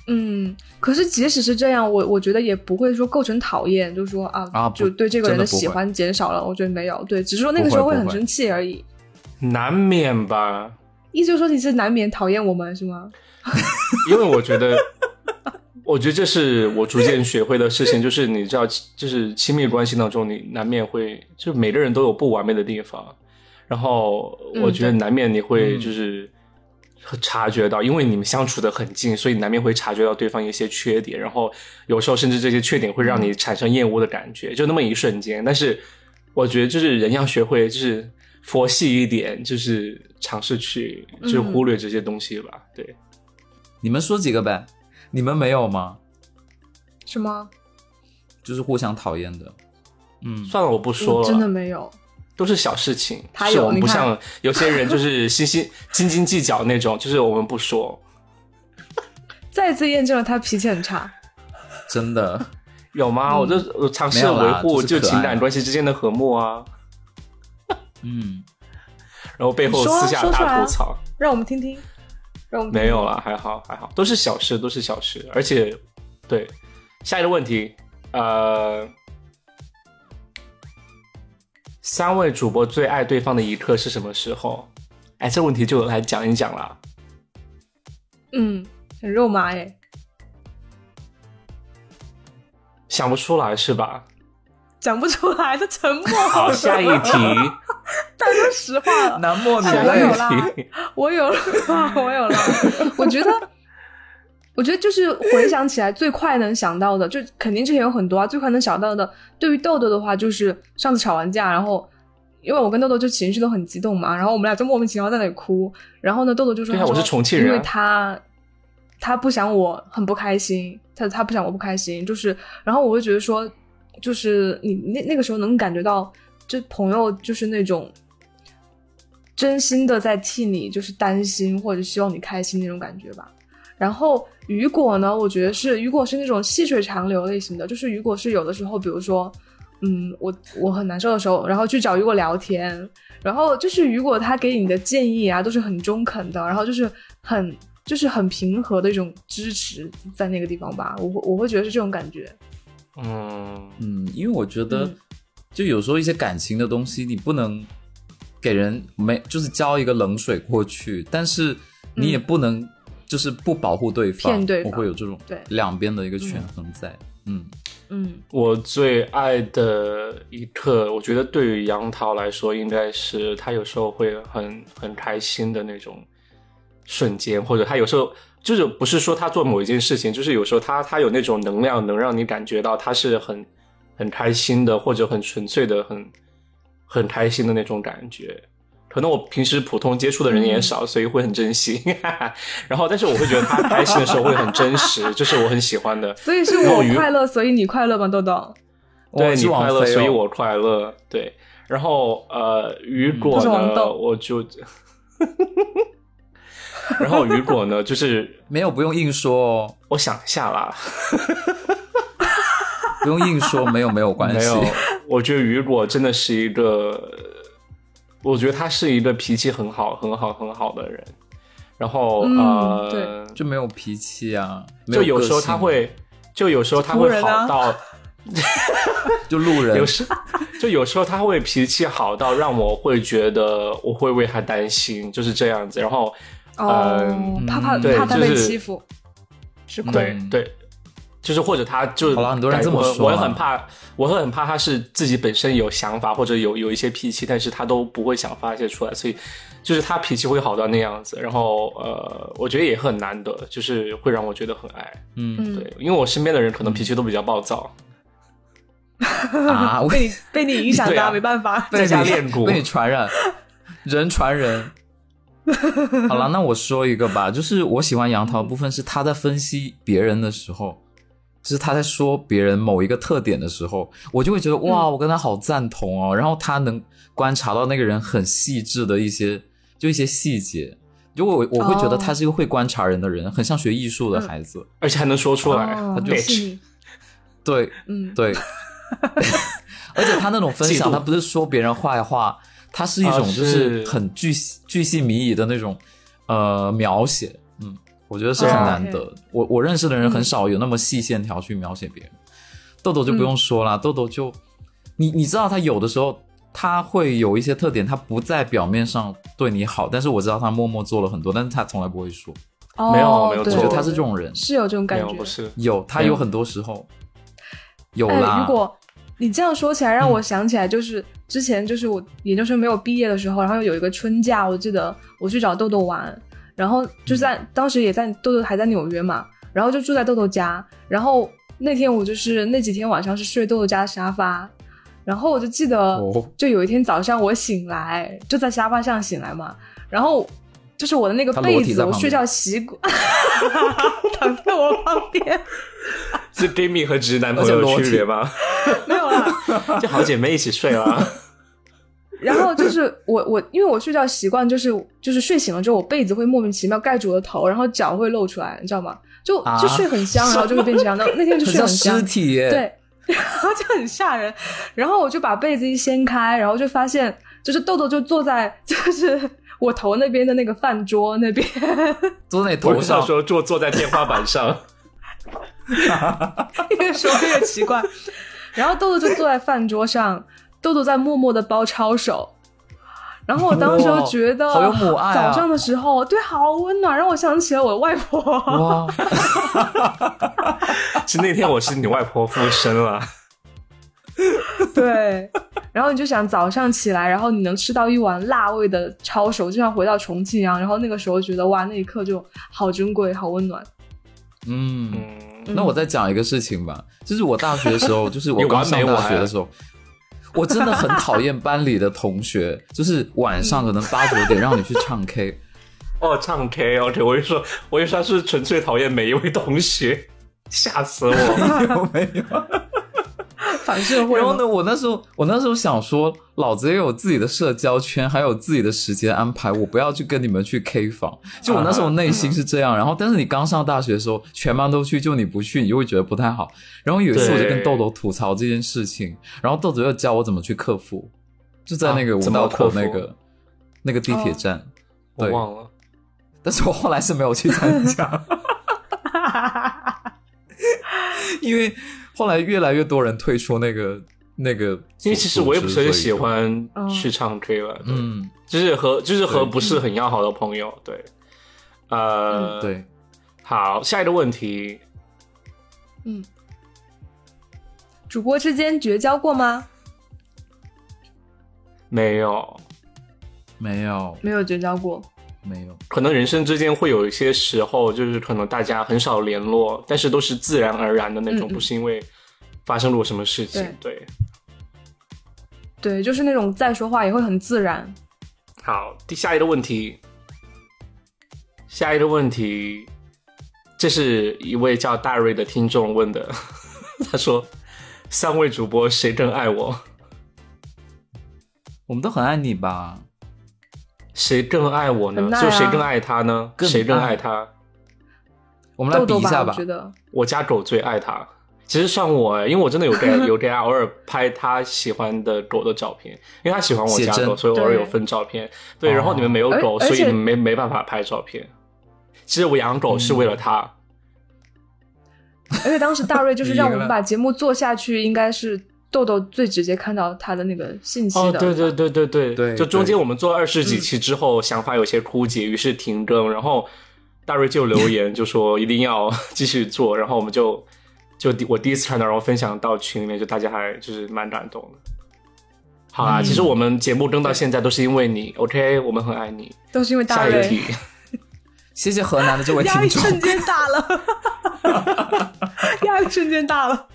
Speaker 3: 嗯，可是即使是这样，我我觉得也不会说构成讨厌，就说啊，
Speaker 2: 啊不
Speaker 3: 就对这个人
Speaker 2: 真的不会
Speaker 3: 喜欢减少了，我觉得没有，对，只是说那个
Speaker 2: 不会
Speaker 3: 时候
Speaker 2: 不
Speaker 3: 很
Speaker 2: 会
Speaker 3: 生气而已。
Speaker 1: 难免吧，
Speaker 3: 意思就是说你是难免讨厌我们是吗？
Speaker 1: 因为我觉得，我觉得这是我逐渐学会的事情，就是你知道，就是亲密关系当中，你难免会，就每个人都有不完美的地方，然后我觉得
Speaker 3: 嗯对
Speaker 1: 难免你会
Speaker 2: 嗯
Speaker 1: 就是察觉到，因为你们相处的很近，所以难免会察觉到对方一些缺点，然后有时候甚至这些缺点会让你产生厌恶的感觉，就那么一瞬间，但是。我觉得就是人要学会就是佛系一点，就是尝试去就是
Speaker 3: 嗯
Speaker 1: 忽略这些东西吧。对，
Speaker 2: 你们说几个呗？你们没有吗？
Speaker 3: 是吗？
Speaker 2: 就是互相讨厌的。嗯，
Speaker 1: 算了，我不说
Speaker 3: 我
Speaker 1: 了，
Speaker 3: 真的没有，
Speaker 1: 都是小事情。
Speaker 3: 他
Speaker 1: 是
Speaker 3: 有
Speaker 1: 我们
Speaker 3: 你
Speaker 1: 不
Speaker 3: 看
Speaker 1: 像有些人就是心心斤斤计较那种，就是我们不说。
Speaker 3: 再次验证了他脾气很差。
Speaker 2: 真的。
Speaker 1: 有吗？我就
Speaker 3: 嗯
Speaker 1: 我尝
Speaker 2: 没
Speaker 1: 试
Speaker 2: 有啦
Speaker 1: 维护
Speaker 2: 就是可爱
Speaker 1: 情感关系之间的和睦啊，
Speaker 2: 嗯，
Speaker 1: 然后背后
Speaker 3: 你说啊
Speaker 1: 私下
Speaker 3: 说出来
Speaker 1: 大
Speaker 3: 啊
Speaker 1: 吐槽，
Speaker 3: 让我们听听，让我们听听
Speaker 1: 没有啦，还好还好，都是小事，都是小事。而且，对，下一个问题，呃，三位主播最爱对方的一刻是什么时候？哎，这问题就来讲一讲啦。
Speaker 3: 嗯，很肉麻哎，
Speaker 1: 想不出来是吧？
Speaker 3: 讲不出来的沉默。
Speaker 1: 好，下一题，
Speaker 3: 大家都实话 了，
Speaker 2: 南嗯莫你
Speaker 3: 哎
Speaker 1: 下
Speaker 3: 我
Speaker 1: 一
Speaker 3: 有
Speaker 2: 累
Speaker 3: 啦
Speaker 1: 题，
Speaker 3: 我有了， 我有了。我觉得，我觉得就是回想起来最快能想到的，就肯定之前有很多啊。最快能想到的，对于豆豆的话，就是上次吵完架，然后因为我跟豆豆就情绪都很激动嘛，然后我们俩就莫名其妙在那里哭。然后呢，豆豆就说：“
Speaker 1: 对啊
Speaker 3: 他说
Speaker 1: 我是重庆人啊
Speaker 3: 因为他他不想我很不开心，他他不想我不开心，就是然后我就觉得说，就是你那那个时候能感觉到，就朋友就是那种真心的在替你，就是担心或者希望你开心那种感觉吧。然后雨果呢，我觉得是雨果是那种细水长流类型的，就是雨果是有的时候，比如说，嗯，我我很难受的时候，然后去找雨果聊天，然后就是雨果他给你的建议啊，都是很中肯的，然后就是很就是很平和的一种支持在那个地方吧，我会我会觉得是这种感觉。
Speaker 1: 嗯，
Speaker 2: 嗯，因为我觉得
Speaker 3: 嗯，
Speaker 2: 就有时候一些感情的东西，你不能给人没就是浇一个冷水过去，但是你也
Speaker 3: 嗯
Speaker 2: 不能就是不保护对方，
Speaker 3: 骗对
Speaker 2: 我
Speaker 3: 方
Speaker 2: 会有这种
Speaker 3: 对
Speaker 2: 两边的一个权衡在。嗯，
Speaker 3: 嗯
Speaker 1: 我最爱的一刻，我觉得对于杨桃来说，应该是他有时候会很很开心的那种瞬间，或者他有时候就是不是说他做某一件事情，就是有时候他他有那种能量，能让你感觉到他是很很开心的，或者很纯粹的，很很开心的那种感觉。可能我平时普通接触的人也少，所以会很珍惜。 然后，但是我会觉得他开心的时候会很真实，这是我很喜欢的。
Speaker 3: 所以是
Speaker 1: 然后
Speaker 3: 我
Speaker 1: 雨
Speaker 3: 快乐，所以你快乐吗，豆豆？
Speaker 1: 对
Speaker 2: 哇
Speaker 1: 你
Speaker 2: 是王
Speaker 1: 快乐，
Speaker 2: 菲哦
Speaker 1: 所以我快乐。对，然后呃，雨
Speaker 3: 嗯
Speaker 1: 果
Speaker 3: 他是王
Speaker 1: 呢，
Speaker 3: 豆
Speaker 1: 我就，然后雨果呢，就是
Speaker 2: 没有不用硬说哦，
Speaker 1: 我想一下啦，
Speaker 2: 不用硬说，没有没有 关
Speaker 1: 没
Speaker 2: 系。
Speaker 1: 有，我觉得雨果真的是一个，我觉得他是一个脾气很好、很好、很好的人。然后、
Speaker 3: 嗯
Speaker 1: 呃，
Speaker 3: 对
Speaker 2: 就没有脾气啊，没
Speaker 1: 就有时候
Speaker 2: 个性
Speaker 1: 他会，就有时候他
Speaker 3: 突
Speaker 1: 会
Speaker 3: 然
Speaker 1: 好
Speaker 3: 啊
Speaker 1: 到。
Speaker 2: 就路人
Speaker 1: 有时就有时候他会脾气好到让我会觉得我会为他担心，就是这样子。然后，
Speaker 3: 哦
Speaker 1: 嗯，
Speaker 3: 怕怕
Speaker 1: 对
Speaker 3: 怕他
Speaker 1: 就
Speaker 3: 被
Speaker 1: 是
Speaker 3: 欺负，是哭。
Speaker 1: 对
Speaker 2: 嗯
Speaker 1: 对，就是或者他就
Speaker 2: 好了很多人
Speaker 1: 改
Speaker 2: 这么
Speaker 1: 过
Speaker 2: 说
Speaker 1: 我也
Speaker 2: 啊
Speaker 1: 很怕，我会很怕他是自己本身有想法或者有有一些脾气，但是他都不会想发泄出来，所以就是他脾气会好到那样子。然后呃，我觉得也很难得，就是会让我觉得很爱。
Speaker 2: 嗯
Speaker 3: 嗯，
Speaker 1: 对，因为我身边的人可能脾气都比较暴躁，
Speaker 2: 啊，我
Speaker 3: 被你被你影响
Speaker 1: 对
Speaker 3: 到，
Speaker 1: 啊
Speaker 3: 没办法。
Speaker 1: 在
Speaker 2: 被
Speaker 1: 家
Speaker 2: 你
Speaker 1: 练鼓
Speaker 2: 被你传染，人传人。 好了，那我说一个吧，就是我喜欢杨桃的部分是他在分析别人的时候，就是他在说别人某一个特点的时候，我就会觉得哇，
Speaker 3: 嗯
Speaker 2: 我跟他好赞同哦。然后他能观察到那个人很细致的一些，就一些细节。如果我我会觉得
Speaker 3: 哦
Speaker 2: 他是一个会观察人的人，很像学艺术的
Speaker 3: 嗯
Speaker 2: 孩子。
Speaker 1: 而且还能说出来。
Speaker 3: 哦
Speaker 1: 很
Speaker 3: 很
Speaker 1: bitch
Speaker 3: 细腻
Speaker 2: 对，
Speaker 3: 嗯，
Speaker 2: 对， 而且他那种分
Speaker 1: 嫉
Speaker 2: 享，
Speaker 1: 妒
Speaker 2: 他不是说别人坏话，他是一
Speaker 1: 啊
Speaker 2: 种就是
Speaker 1: 是
Speaker 2: 很巨细巨细靡遗的那种呃描写，嗯，我觉得是
Speaker 1: 对
Speaker 2: 很
Speaker 1: 啊
Speaker 2: 难得。我我认识的人很少有那么细线条去描写别人。豆豆就不用说了，豆豆就你你知道他有的时候他会有一些特点，他不在表面上对你好，但是我知道他默默做了很多，但是他从来不会说。
Speaker 3: 哦
Speaker 1: 没有没有
Speaker 3: 对
Speaker 1: 错
Speaker 2: 我
Speaker 1: 就
Speaker 2: 觉得他是这种人，
Speaker 3: 是有这种
Speaker 1: 没
Speaker 3: 感
Speaker 1: 有，
Speaker 3: 觉
Speaker 1: 不。是，
Speaker 2: 有他
Speaker 1: 没有
Speaker 2: 有很多时候有
Speaker 3: 哎，
Speaker 2: 啦。
Speaker 3: 如果你这样说起来，让
Speaker 2: 嗯
Speaker 3: 我想起来，就是之前就是我研究生没有毕业的时候，然后有一个春假，我记得我去找豆豆玩，然后就在
Speaker 2: 嗯
Speaker 3: 当时也在豆豆还在纽约嘛，然后就住在豆豆家，然后那天我就是那几天晚上是睡豆豆家的沙发，然后我就记得
Speaker 2: 哦，
Speaker 3: 就有一天早上我醒来，就在沙发上醒来嘛，然后就是我的那个
Speaker 2: 他裸
Speaker 3: 被
Speaker 2: 体
Speaker 3: 子，
Speaker 2: 在
Speaker 3: 我
Speaker 2: 旁
Speaker 3: 睡
Speaker 2: 边
Speaker 3: 觉习惯 躺在我旁边，
Speaker 1: 是 Demi 和直男朋友的区别吗？
Speaker 3: 没有啦。
Speaker 1: 就好姐妹一起睡啦。
Speaker 3: 然后就是我我因为我睡觉习惯就是就是睡醒了之后，我被子会莫名其妙盖住我的头，然后脚会露出来，你知道吗？就
Speaker 2: 啊
Speaker 3: 就睡很香，然后就会变成这 样。那那天就
Speaker 2: 很
Speaker 3: 睡
Speaker 2: 像
Speaker 3: 很香
Speaker 2: 尸，体 耶。
Speaker 3: 对，然后就很吓人。然后我就把被子一掀开，然后就发现就是豆豆就坐在就是我头那边的那个饭桌那边，
Speaker 2: 坐在你
Speaker 1: 我
Speaker 2: 头
Speaker 1: 跟他
Speaker 2: 上，
Speaker 1: 说坐坐在天花板上，
Speaker 3: 越说越 奇怪。然后豆豆就坐在饭桌上，豆豆在默默的包抄手。然后我当时就觉得，
Speaker 2: 哇好有母爱啊
Speaker 3: 早上的时候，对，好温暖，让我想起了我的外婆。
Speaker 2: 哇，
Speaker 1: 是那天我是你外婆附身了。
Speaker 3: 对，然后你就想早上起来，然后你能吃到一碗辣味的抄手，就像回到重庆一样。然后那个时候觉得，哇，那一刻就好珍贵，好温暖。
Speaker 2: 嗯。
Speaker 1: 嗯，
Speaker 2: 那我再讲一个事情吧，就是我大学的 时候，就是我
Speaker 1: 你完
Speaker 2: 刚上
Speaker 1: 美我
Speaker 2: 大
Speaker 1: 呀
Speaker 2: 学的时候，我真的很讨厌班里的同学，就是晚上可能八九点让你去 唱 K，
Speaker 1: 哦，唱 K OK，我就说，我就说他是纯粹讨厌每一位同学， 吓死我。
Speaker 2: 有没有？
Speaker 3: 反社会
Speaker 2: 然后
Speaker 3: 吗，
Speaker 2: 呢，我那时候我那时候想说，老子也有自己的社交圈，还有自己的时间安排，我不要去跟你们去 K 房。就我那时候内心是这
Speaker 1: 啊
Speaker 2: 样，然后但是你刚上大学的时候，全班都去，就你不去，你就会觉得不太好。然后有一次我就跟
Speaker 1: 对
Speaker 2: 豆豆吐槽这件事情，然后豆豆又教我怎么去克服，就在那个
Speaker 1: 啊
Speaker 2: 五
Speaker 1: 怎么
Speaker 2: 道口
Speaker 1: 克服
Speaker 2: 那个、那个地铁站。
Speaker 1: 我
Speaker 2: 对，
Speaker 1: 忘了，
Speaker 2: 但是我后来是没有去参加，因为后来越来越多人退出那个那个组，
Speaker 1: 因为其实我也不是
Speaker 2: 组织
Speaker 1: 很
Speaker 2: 所以
Speaker 1: 喜
Speaker 2: 就，
Speaker 1: 欢去唱 K 了。对，
Speaker 2: 嗯，
Speaker 1: 就是和就是和
Speaker 2: 对
Speaker 1: 不是很要好的朋友。对，呃，，
Speaker 2: 对，
Speaker 1: 好，下一个问题，
Speaker 3: 嗯，主播之间绝交过吗？
Speaker 1: 没有，
Speaker 2: 没有
Speaker 3: 没有绝交过。
Speaker 2: 没有，
Speaker 1: 可能人生之间会有一些时候，就是可能大家很少联络，但是都是自然而然的那种，
Speaker 3: 嗯嗯
Speaker 1: 不是因为发生了我什么事情。对，
Speaker 3: 对，就是那种再说话也会很自然。
Speaker 1: 好，第下一个问题，下一个问题，这是一位叫大瑞的听众问的， 他说：“三位主播谁更爱我？
Speaker 2: 我们都很爱你吧？
Speaker 1: 谁更爱我呢？
Speaker 3: 很爱啊
Speaker 1: 就谁更爱他呢？
Speaker 2: 更
Speaker 1: 谁更
Speaker 2: 爱
Speaker 1: 爱他？
Speaker 2: 我们来
Speaker 3: 豆
Speaker 2: 比
Speaker 3: 豆
Speaker 2: 一下
Speaker 3: 我觉得
Speaker 1: 我家狗最爱他。其实算我哎，因为我真的有给有给他偶尔拍他喜欢的狗的照片，因为他喜欢我家
Speaker 2: 写
Speaker 1: 狗，
Speaker 2: 真
Speaker 1: 所以我偶尔
Speaker 3: 对
Speaker 1: 有分照片。对，
Speaker 2: 哦
Speaker 1: 然后你们没有狗，
Speaker 3: 而而
Speaker 1: 所以
Speaker 3: 且
Speaker 1: 你们没没办法拍照片。其实我养狗是为了他，
Speaker 3: 而且当时大瑞就是让我
Speaker 2: 赢
Speaker 3: 们
Speaker 2: 了
Speaker 3: 把节目做下去，应该是豆豆最直接看到他的那个信息
Speaker 1: 哦，
Speaker 3: 的。
Speaker 1: 对对对对对
Speaker 2: 对
Speaker 1: 就中间
Speaker 2: 对
Speaker 1: 我们做二十几期之后，想法有些枯竭，于是停更，然后大瑞就留言就说一定要 继续做，然后我们就就第我第一次看到，然后分享到群里面，就大家还就是蛮感动的。好啊，
Speaker 2: 嗯
Speaker 1: 其实我们节目更到现在都是因为你，OK，我们很爱你。
Speaker 3: 都是因为大
Speaker 1: 下一个
Speaker 3: 瑞
Speaker 1: 题，
Speaker 2: 谢谢河南的这位
Speaker 3: 压
Speaker 2: 听
Speaker 3: 力
Speaker 2: 众，
Speaker 3: 瞬间大了，压力瞬间大了。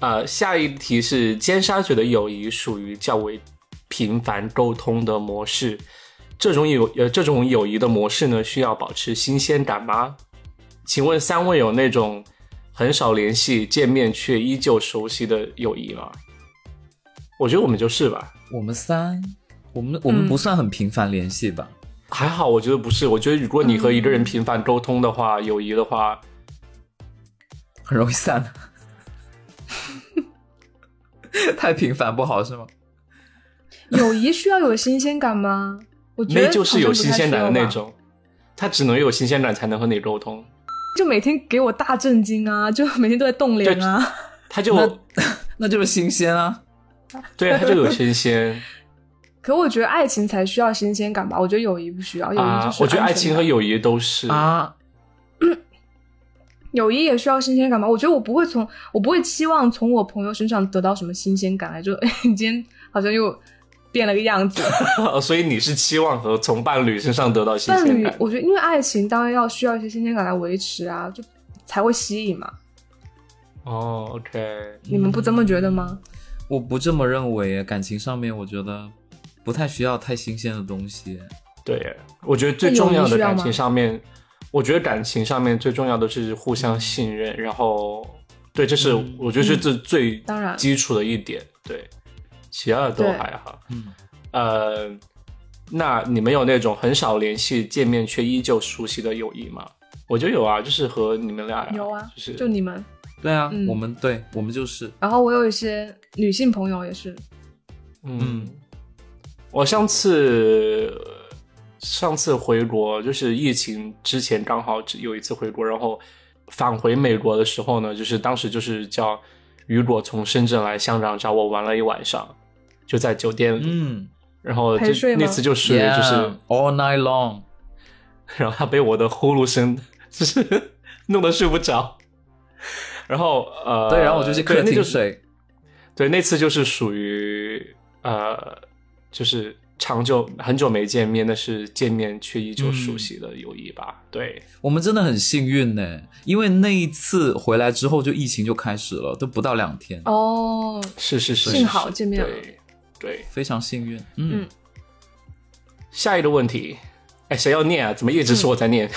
Speaker 1: 呃，下一题是尖沙咀的友谊属于较为频繁沟通的模式，这种友呃这种友谊的模式呢，需要保持新鲜感吗？请问三位有那种很少联系、见面却依旧熟悉的友谊吗？我觉得我们就是吧，
Speaker 2: 我们三，我们我们
Speaker 3: 嗯
Speaker 2: 不算很频繁联系吧？
Speaker 1: 还好，我觉得不是。我觉得如果你和一个人频繁沟通的话，友谊的话，
Speaker 2: 很容易散， 太频繁不好是吗？
Speaker 3: 友谊需要有新鲜感吗？我觉
Speaker 1: 那
Speaker 3: 得
Speaker 1: 就是有新鲜感的
Speaker 3: 好像不太需要
Speaker 1: 那
Speaker 3: 吧，
Speaker 1: 种，他只能有新鲜感才能和你沟通。
Speaker 3: 就每天给我大震惊啊，就每天都在动脸啊。
Speaker 1: 他就
Speaker 2: 那就是新鲜啊！
Speaker 1: 对，他就有新鲜。
Speaker 3: 可我觉得爱情才需要新鲜感吧，我觉得友谊不需要，友谊就
Speaker 1: 啊
Speaker 3: 是，
Speaker 1: 我觉得
Speaker 3: 安
Speaker 1: 爱
Speaker 3: 全
Speaker 1: 情和
Speaker 3: 感
Speaker 1: 友谊都是
Speaker 2: 啊，
Speaker 3: 友谊也需要新鲜感吧？我觉得我不会从我不会期望从我朋友身上得到什么新鲜感来，就 你今天好像又变了个样子。
Speaker 1: 所以你是期望和从伴侣身上得到 新
Speaker 3: 伴
Speaker 1: 鲜
Speaker 3: 侣
Speaker 1: 感，。
Speaker 3: 我觉得因为爱情当然要需要一些新鲜感来维持啊，就才会吸引嘛。
Speaker 1: 哦，OK，
Speaker 3: 你们不这么觉得吗？
Speaker 1: 嗯
Speaker 2: 我不这么认为，感情上面我觉得不太需要太新鲜的东西。
Speaker 1: 对，我觉得最重要的感情上面，我觉得感情上面最重要的是互相信任，然后对，这是、
Speaker 2: 嗯
Speaker 1: 我觉得是最、最
Speaker 3: 当然
Speaker 1: 基础的一点。对，其他的都
Speaker 3: 对
Speaker 1: 还好。
Speaker 2: 嗯，
Speaker 1: 呃，那你们有那种很少联系、见面却依旧熟悉的友谊吗？我就有啊，就是和你们俩呀
Speaker 3: 有啊
Speaker 1: 就是
Speaker 3: 就你们。
Speaker 2: 对啊，
Speaker 3: 嗯
Speaker 2: 我们对我们就是
Speaker 3: 然后我有一些女性朋友也是，
Speaker 1: 嗯，我上次呃上次回国就是疫情之前，刚好只有一次回国，然后返回美国的时候呢，就是当时就是叫雨果从深圳来香港找我玩了一晚上，就在酒店里，
Speaker 2: 嗯，
Speaker 1: 然后
Speaker 3: 陪睡
Speaker 1: 就
Speaker 3: 吗
Speaker 1: 那次就是就是
Speaker 2: yeah, all night long。
Speaker 1: 然后他被我的呼噜声就是弄得睡不着，然后呃，
Speaker 2: 对，然后我就去
Speaker 1: 对
Speaker 2: 客
Speaker 1: 那
Speaker 2: 厅
Speaker 1: 就是
Speaker 2: 睡。
Speaker 1: 对，那次就是属于呃，就是长久很久没见面，但是见面却依旧熟悉的友谊吧。对，
Speaker 2: 我们真的很幸运呢，因为那一次回来之后就疫情就开始了，都不到两天，
Speaker 3: 哦，
Speaker 1: 是是是，
Speaker 3: 幸好见面了
Speaker 1: 对对，
Speaker 2: 非常幸运。嗯
Speaker 3: 嗯，
Speaker 1: 下一个问题，哎，谁要念啊？怎么一
Speaker 3: 嗯
Speaker 1: 直是我在 念？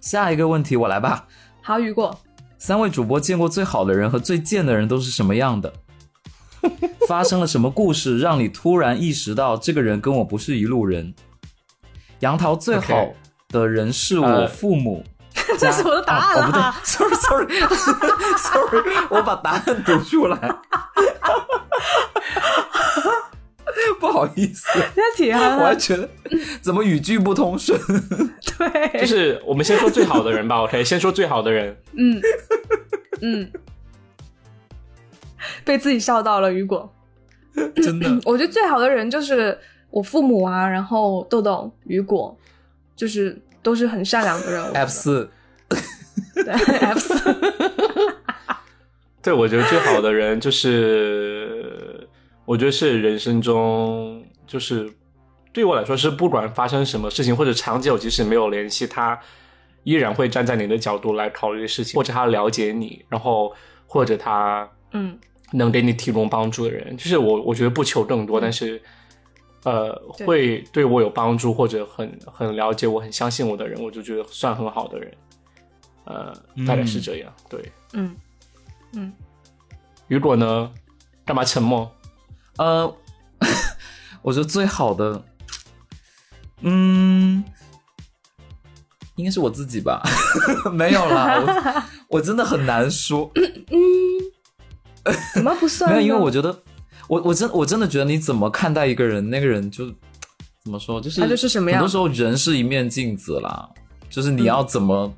Speaker 2: 下一个问题我来吧。
Speaker 3: 好雨果，
Speaker 2: 三位主播见过最好的人和最贱的人都是什么样的？发生了什么故事让你突然意识到这个人跟我不是一路人？杨桃最好
Speaker 1: OK
Speaker 2: 的人是我
Speaker 1: 呃
Speaker 2: 父母。这
Speaker 3: 这是我的答案
Speaker 2: 哦，不
Speaker 3: 啦
Speaker 2: 对，sorry sorry sorry，我 把答案读出来， 不好意思，
Speaker 3: 那挺
Speaker 2: 我
Speaker 3: 好
Speaker 2: 还觉得怎么语句不通顺。
Speaker 1: 就
Speaker 3: 对，
Speaker 1: 是我们先说最好的人吧。OK，先说最好的人。
Speaker 3: 嗯嗯， 被自己笑到了雨果。
Speaker 2: 真的，
Speaker 3: 我觉得最好的人就是我父母啊，然后豆豆、雨果，就是都是很善良的人。我觉得
Speaker 2: F 四，
Speaker 3: 对 F 四，
Speaker 1: 对，我觉得最好的人就是，我觉得是人生中，就是对我来说是不管发生什么事情或者长久即使没有联系，他依然会站在你的角度来考虑事情，或者他了解你，然后或者他
Speaker 3: 嗯，
Speaker 1: 能给你提供帮助的人，就是我，我觉得不求更多，但是，呃，
Speaker 3: 对
Speaker 1: 会对我有帮助或者很很了解我、很相信我的人，我就觉得算很好的人，呃，大概是
Speaker 2: 嗯
Speaker 1: 这样。对，
Speaker 3: 嗯，
Speaker 1: 雨果呢，干嘛沉默？
Speaker 2: 呃，我觉得最好的，嗯，应该是我自己吧， 没有啦， 我我真的很难说，
Speaker 3: 怎么不算
Speaker 2: 没
Speaker 3: 呢？
Speaker 2: 有，因为我觉得，我我真我真的觉得你怎么看待一个人，那个人就怎么说，就是
Speaker 3: 他就是什么样嗯
Speaker 2: 很多时候人是一面镜子啦，就是你要怎么，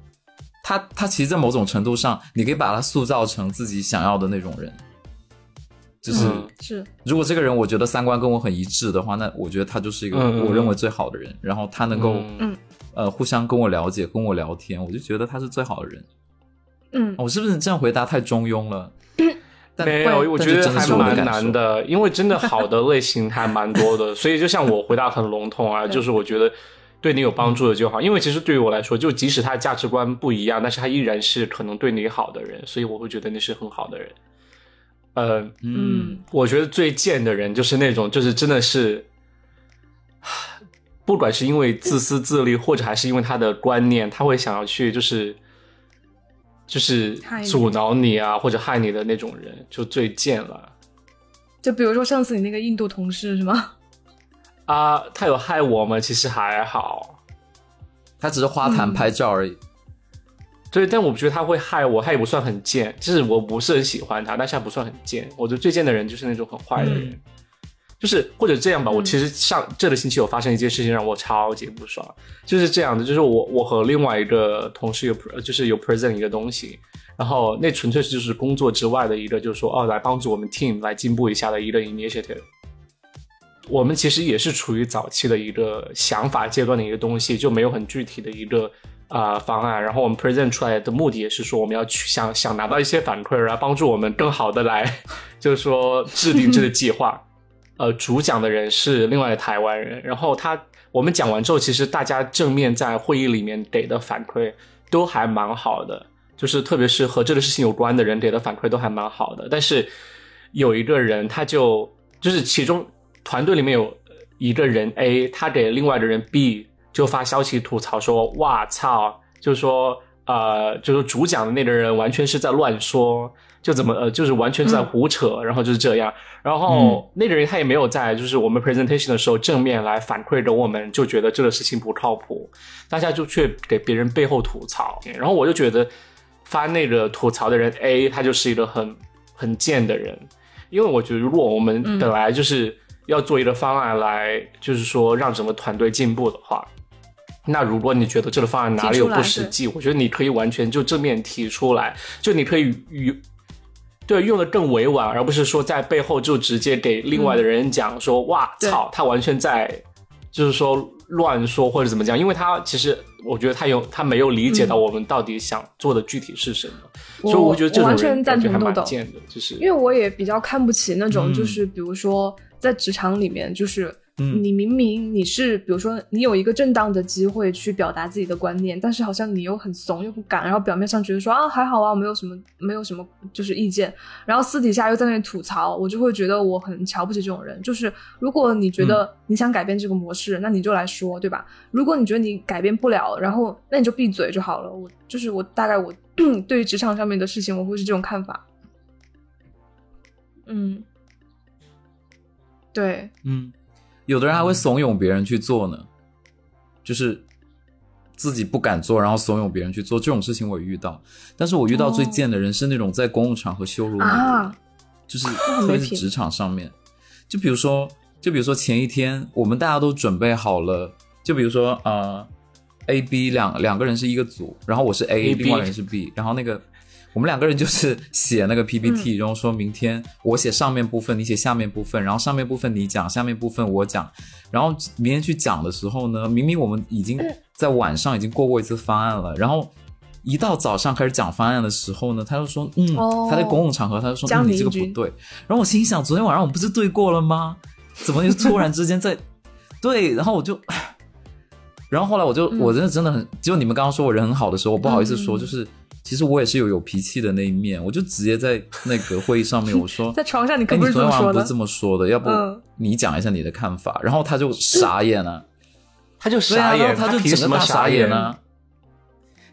Speaker 2: 他他其实，在某种程度上，你可以把他塑造成自己想要的那种人，就是。
Speaker 1: 嗯
Speaker 3: 是
Speaker 2: 如果这个人我觉得三观跟我很一致的话，那我觉得他就是一个
Speaker 1: 嗯嗯嗯
Speaker 2: 我认为最好的人，然后他能够、
Speaker 1: 嗯
Speaker 2: 呃互相跟我了解、跟我聊天，我就觉得他是最好的人。哦
Speaker 3: 嗯
Speaker 2: 我、是不是这样回答太中 庸了？但
Speaker 1: 没有，我
Speaker 2: 但
Speaker 1: 觉
Speaker 2: 是
Speaker 1: 得
Speaker 2: 真的
Speaker 1: 还
Speaker 2: 是我的
Speaker 1: 蛮
Speaker 2: 感
Speaker 1: 难
Speaker 2: 受。
Speaker 1: 的，因为真的好的类型还蛮多 的，所以就像我回答很笼统啊，
Speaker 3: 对
Speaker 1: 就是我觉得对你有帮助的就
Speaker 2: 嗯
Speaker 1: 好，因为其实对于我来说，就即使他价值观不一样，但是他依然是可能对你好的人，所以我会觉得你是很好的人。呃，
Speaker 2: 嗯
Speaker 3: 嗯，
Speaker 1: 我觉得最贱的人就是那种，就是真的是， 不管是因为自私自利，或者还是因为他的观念，他会想要去就是就是
Speaker 3: 害你
Speaker 1: 阻挠你啊，或者害你的那种人，就最贱了
Speaker 3: 就比如说上次你那个印度同事是吗？
Speaker 1: 啊！他有害我们，其实还好，
Speaker 2: 他只是花
Speaker 1: 嗯
Speaker 2: 坛拍照而已。
Speaker 1: 对，但我觉得他会害我，他也不算很贱，就是我不是很喜欢他，但是他不算很贱。我觉得最贱的人就是那种很坏的人，就是或者这样吧，我
Speaker 3: 嗯
Speaker 1: 其实上这个星期有发生一件事情让我超级不爽，就是这样的，就是我我和另外一个同事有 pre- 就是有 present 一个东西，然后那纯粹是就是工作之外的一个，就是说哦来帮助我们 team 来进步一下的一个 initiative。我们其实也是处于早期的一个想法阶段的一个东西，就没有很具体的一个啊、呃方案。然后我们 present 出来的目的也是说，我们要去想想拿到一些反馈，然后帮助我们更好的来， 就是说制定这个计划。呃，主讲的人是另外的台湾人，然后他我们讲完之后，其实大家正面在会议里面给的反馈都还蛮好的，就是特别是和这个事情有关的人给的反馈都还蛮好的。但是有一个人，他就就是其中团队里面有一个人 A，他给另外的人 B 就发消息吐槽说：“哇操！”就是说呃，就是主讲的那个人完全是在乱说，就怎么呃，就是完全在胡扯，然后就是这样。然
Speaker 3: 嗯
Speaker 1: 后那个人他也没有在就是我们 presentation 的时候正面来反馈着我们，就觉得这个事情不靠谱，大家就去给别人背后吐槽。然后我就觉得发那个吐槽的人 A 他就是一个很很贱的人，因为我觉得如果我们
Speaker 3: 嗯
Speaker 1: 本来就是要做一个方案来，就是说让整个团队进步的话。那如果你觉得这个方案哪里有
Speaker 3: 提出来
Speaker 1: 不实际，我觉得你可以完全就正面提出来，就你可以与对，用的更委婉，而不是说在背后就直接给另外的人讲说，哇
Speaker 3: 对
Speaker 1: 操，他完全在，就是说乱说或者怎么讲，因为他其实我觉得他有他没有理解到我们到底想做的具体是什么，
Speaker 3: 我
Speaker 1: 所以我觉得这
Speaker 3: 嗯我
Speaker 1: 种
Speaker 3: 完全
Speaker 1: 人感
Speaker 3: 赞
Speaker 1: 觉
Speaker 3: 同
Speaker 1: 还
Speaker 3: 豆
Speaker 1: 蛮
Speaker 3: 豆，
Speaker 1: 贱的，就是
Speaker 3: 因为我也比较看不起那种，
Speaker 2: 嗯
Speaker 3: 就是比如说在职场里面，就是
Speaker 2: 嗯
Speaker 3: 你明明你是，比如说你有一个正当的机会去表达自己的观念，但是好像你又很怂又不敢，然后表面上觉得说啊还好啊，没有什么没有什么就是意见，然后私底下又在那里吐槽，我就会觉得我很瞧不起这种人。就是如果你觉得你想改变这个模式，那你就来说，对吧？如果你觉得你改变不了，然后那你就闭嘴就好了。我就是我大概我对于职场上面的事情，我会是这种看法。嗯，对，
Speaker 2: 嗯，有的人还会怂恿别人去做呢，就是自己不敢做，然后怂恿别人去做这种事情，我也遇到。但是我遇到最
Speaker 3: 哦
Speaker 2: 贱的人是那种在公共场合羞辱你的人，
Speaker 3: 啊
Speaker 2: 就是
Speaker 3: 很
Speaker 2: 特别
Speaker 3: 没
Speaker 2: 是
Speaker 3: 品
Speaker 2: 职场上面，就比如说，就比如说前一天我们大家都准备好了，就比如说呃，A、B 两两个人是一个组，然后我是 A，
Speaker 1: A
Speaker 2: 另外
Speaker 1: B
Speaker 2: 人是 B，然后那个我们两个人就是写那个
Speaker 3: 嗯
Speaker 2: PPT，、然后说明天我写上面部分，你写下面部分，然后上面部分你讲，下面部分我讲，然后明天去讲的时候呢，明明我们已经在晚上已经过过一次方案了，然后。一到早上开始讲方案的时候呢，他就说，嗯，
Speaker 3: 哦
Speaker 2: 他在公共场合，他就说，
Speaker 3: 江
Speaker 2: 嗯，你
Speaker 3: 宁
Speaker 2: 这个不
Speaker 3: 军
Speaker 2: 对。然后我心想，昨天晚上我们不是对过了吗？怎么又突然之间在 对？然后我就，然后后来我就，
Speaker 3: 嗯
Speaker 2: 我真的真的很，就你们刚刚说我人很好的时候，我不好意思说，
Speaker 3: 嗯
Speaker 2: 就是其实我也是有有脾气的那一面，我就直接在那个会议上面我说，
Speaker 3: 在床上你可
Speaker 2: 哎，你
Speaker 3: 不是
Speaker 2: 昨
Speaker 3: 这
Speaker 2: 天
Speaker 3: 么
Speaker 2: 晚上
Speaker 3: 说
Speaker 2: 不
Speaker 3: 的
Speaker 2: 是这么说的，要不
Speaker 3: 嗯
Speaker 2: 你讲一下你的看法？然后他就傻眼 了、
Speaker 1: 他就
Speaker 2: 对
Speaker 1: 傻
Speaker 2: 啊，然后
Speaker 1: 眼，
Speaker 2: 他就
Speaker 1: 凭
Speaker 2: 整
Speaker 1: 什
Speaker 2: 个
Speaker 1: 么
Speaker 2: 大
Speaker 1: 傻
Speaker 2: 傻眼啊
Speaker 1: 眼
Speaker 2: 呢、？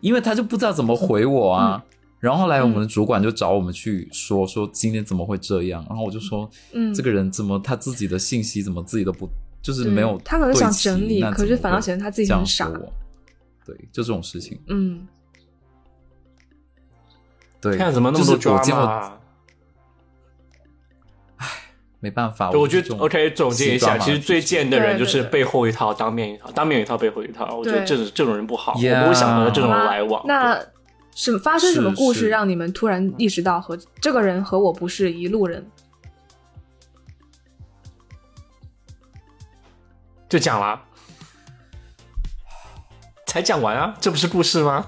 Speaker 2: 因为他就不知道怎么回我啊。
Speaker 3: 嗯
Speaker 2: 然后后来我们的主管就找我们去说说今天怎么会这样，然后我就说，
Speaker 3: 嗯
Speaker 2: 这个人怎么他自己的信息怎么自己都不就是
Speaker 3: 对
Speaker 2: 没有，
Speaker 3: 他可能想整理可是反倒显
Speaker 2: 显
Speaker 3: 得
Speaker 2: 得
Speaker 3: 他自己很傻
Speaker 2: 对，就这种事情，
Speaker 3: 嗯，
Speaker 2: 对，
Speaker 1: 看怎么那么多
Speaker 2: 就是我
Speaker 1: drama
Speaker 2: 见过，
Speaker 1: 啊。
Speaker 2: 没办法，
Speaker 1: 对我
Speaker 2: 就
Speaker 1: 觉得
Speaker 2: 啊是这种
Speaker 1: OK，总结一下，
Speaker 2: 习惯嘛
Speaker 1: 其实最贱的人
Speaker 3: 对对
Speaker 1: 就是
Speaker 3: 对
Speaker 1: 背后一套，当面一套，当面一套，背后一套。我觉得
Speaker 3: 对
Speaker 1: 这种这种人不好，
Speaker 2: Yeah
Speaker 1: 我不会想和他这
Speaker 3: 好
Speaker 1: 种
Speaker 3: 吧
Speaker 1: 来往。
Speaker 3: 那什么发生什么故
Speaker 2: 是
Speaker 3: 事
Speaker 2: 是
Speaker 3: 让你们突然意识到和这个人和我不是一路人？
Speaker 1: 就讲了，才讲完啊，这不是故事吗？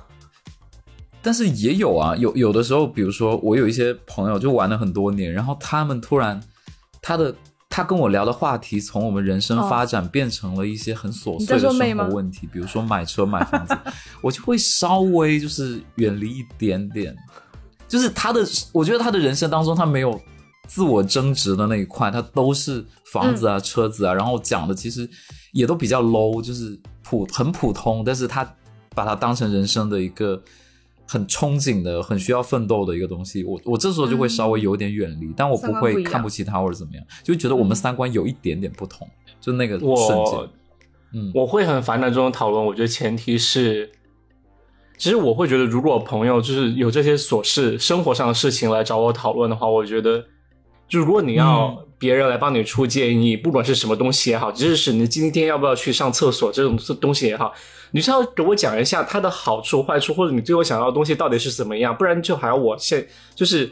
Speaker 2: 但是也有啊，有有的时候，比如说我有一些朋友就玩了很多年，然后他们突然他的他跟我聊的话题从我们人生
Speaker 3: 哦
Speaker 2: 发展变成了一些很琐
Speaker 3: 你
Speaker 2: 碎
Speaker 3: 在
Speaker 2: 的
Speaker 3: 说妹
Speaker 2: 生
Speaker 3: 吗
Speaker 2: 活问题，比如说买车、买房 子，我就会稍微就是远离一点点，就是他的，我觉得他的人生当中他没有自我争执的那一块，他都是房子啊、车子啊，然后讲的其实也都比较 low，就是普很普通，但是他把它当成人生的一个很憧憬的、很需要奋斗的一个东西。我我这时候就会稍微有点远离，但我不
Speaker 3: 三观不
Speaker 2: 会
Speaker 3: 一样
Speaker 2: 看不起他或者怎么样，就觉得我们三观有一点点不同，就那个瞬
Speaker 1: 我
Speaker 2: 间，嗯，
Speaker 1: 我会很反感这种讨论。我觉得前提是，其实我会觉得，如果朋友就是有这些琐事、生活上的事情来找我讨论的话，我觉得，就如果你要
Speaker 2: 嗯
Speaker 1: 别人来帮你出建议，不管是什么东西也好，即使是你今天要不要去上厕所这种东西也好，你是要给我讲一下它的好处、坏处，或者你最后想要的东西到底是怎么样，不然就还要我现就是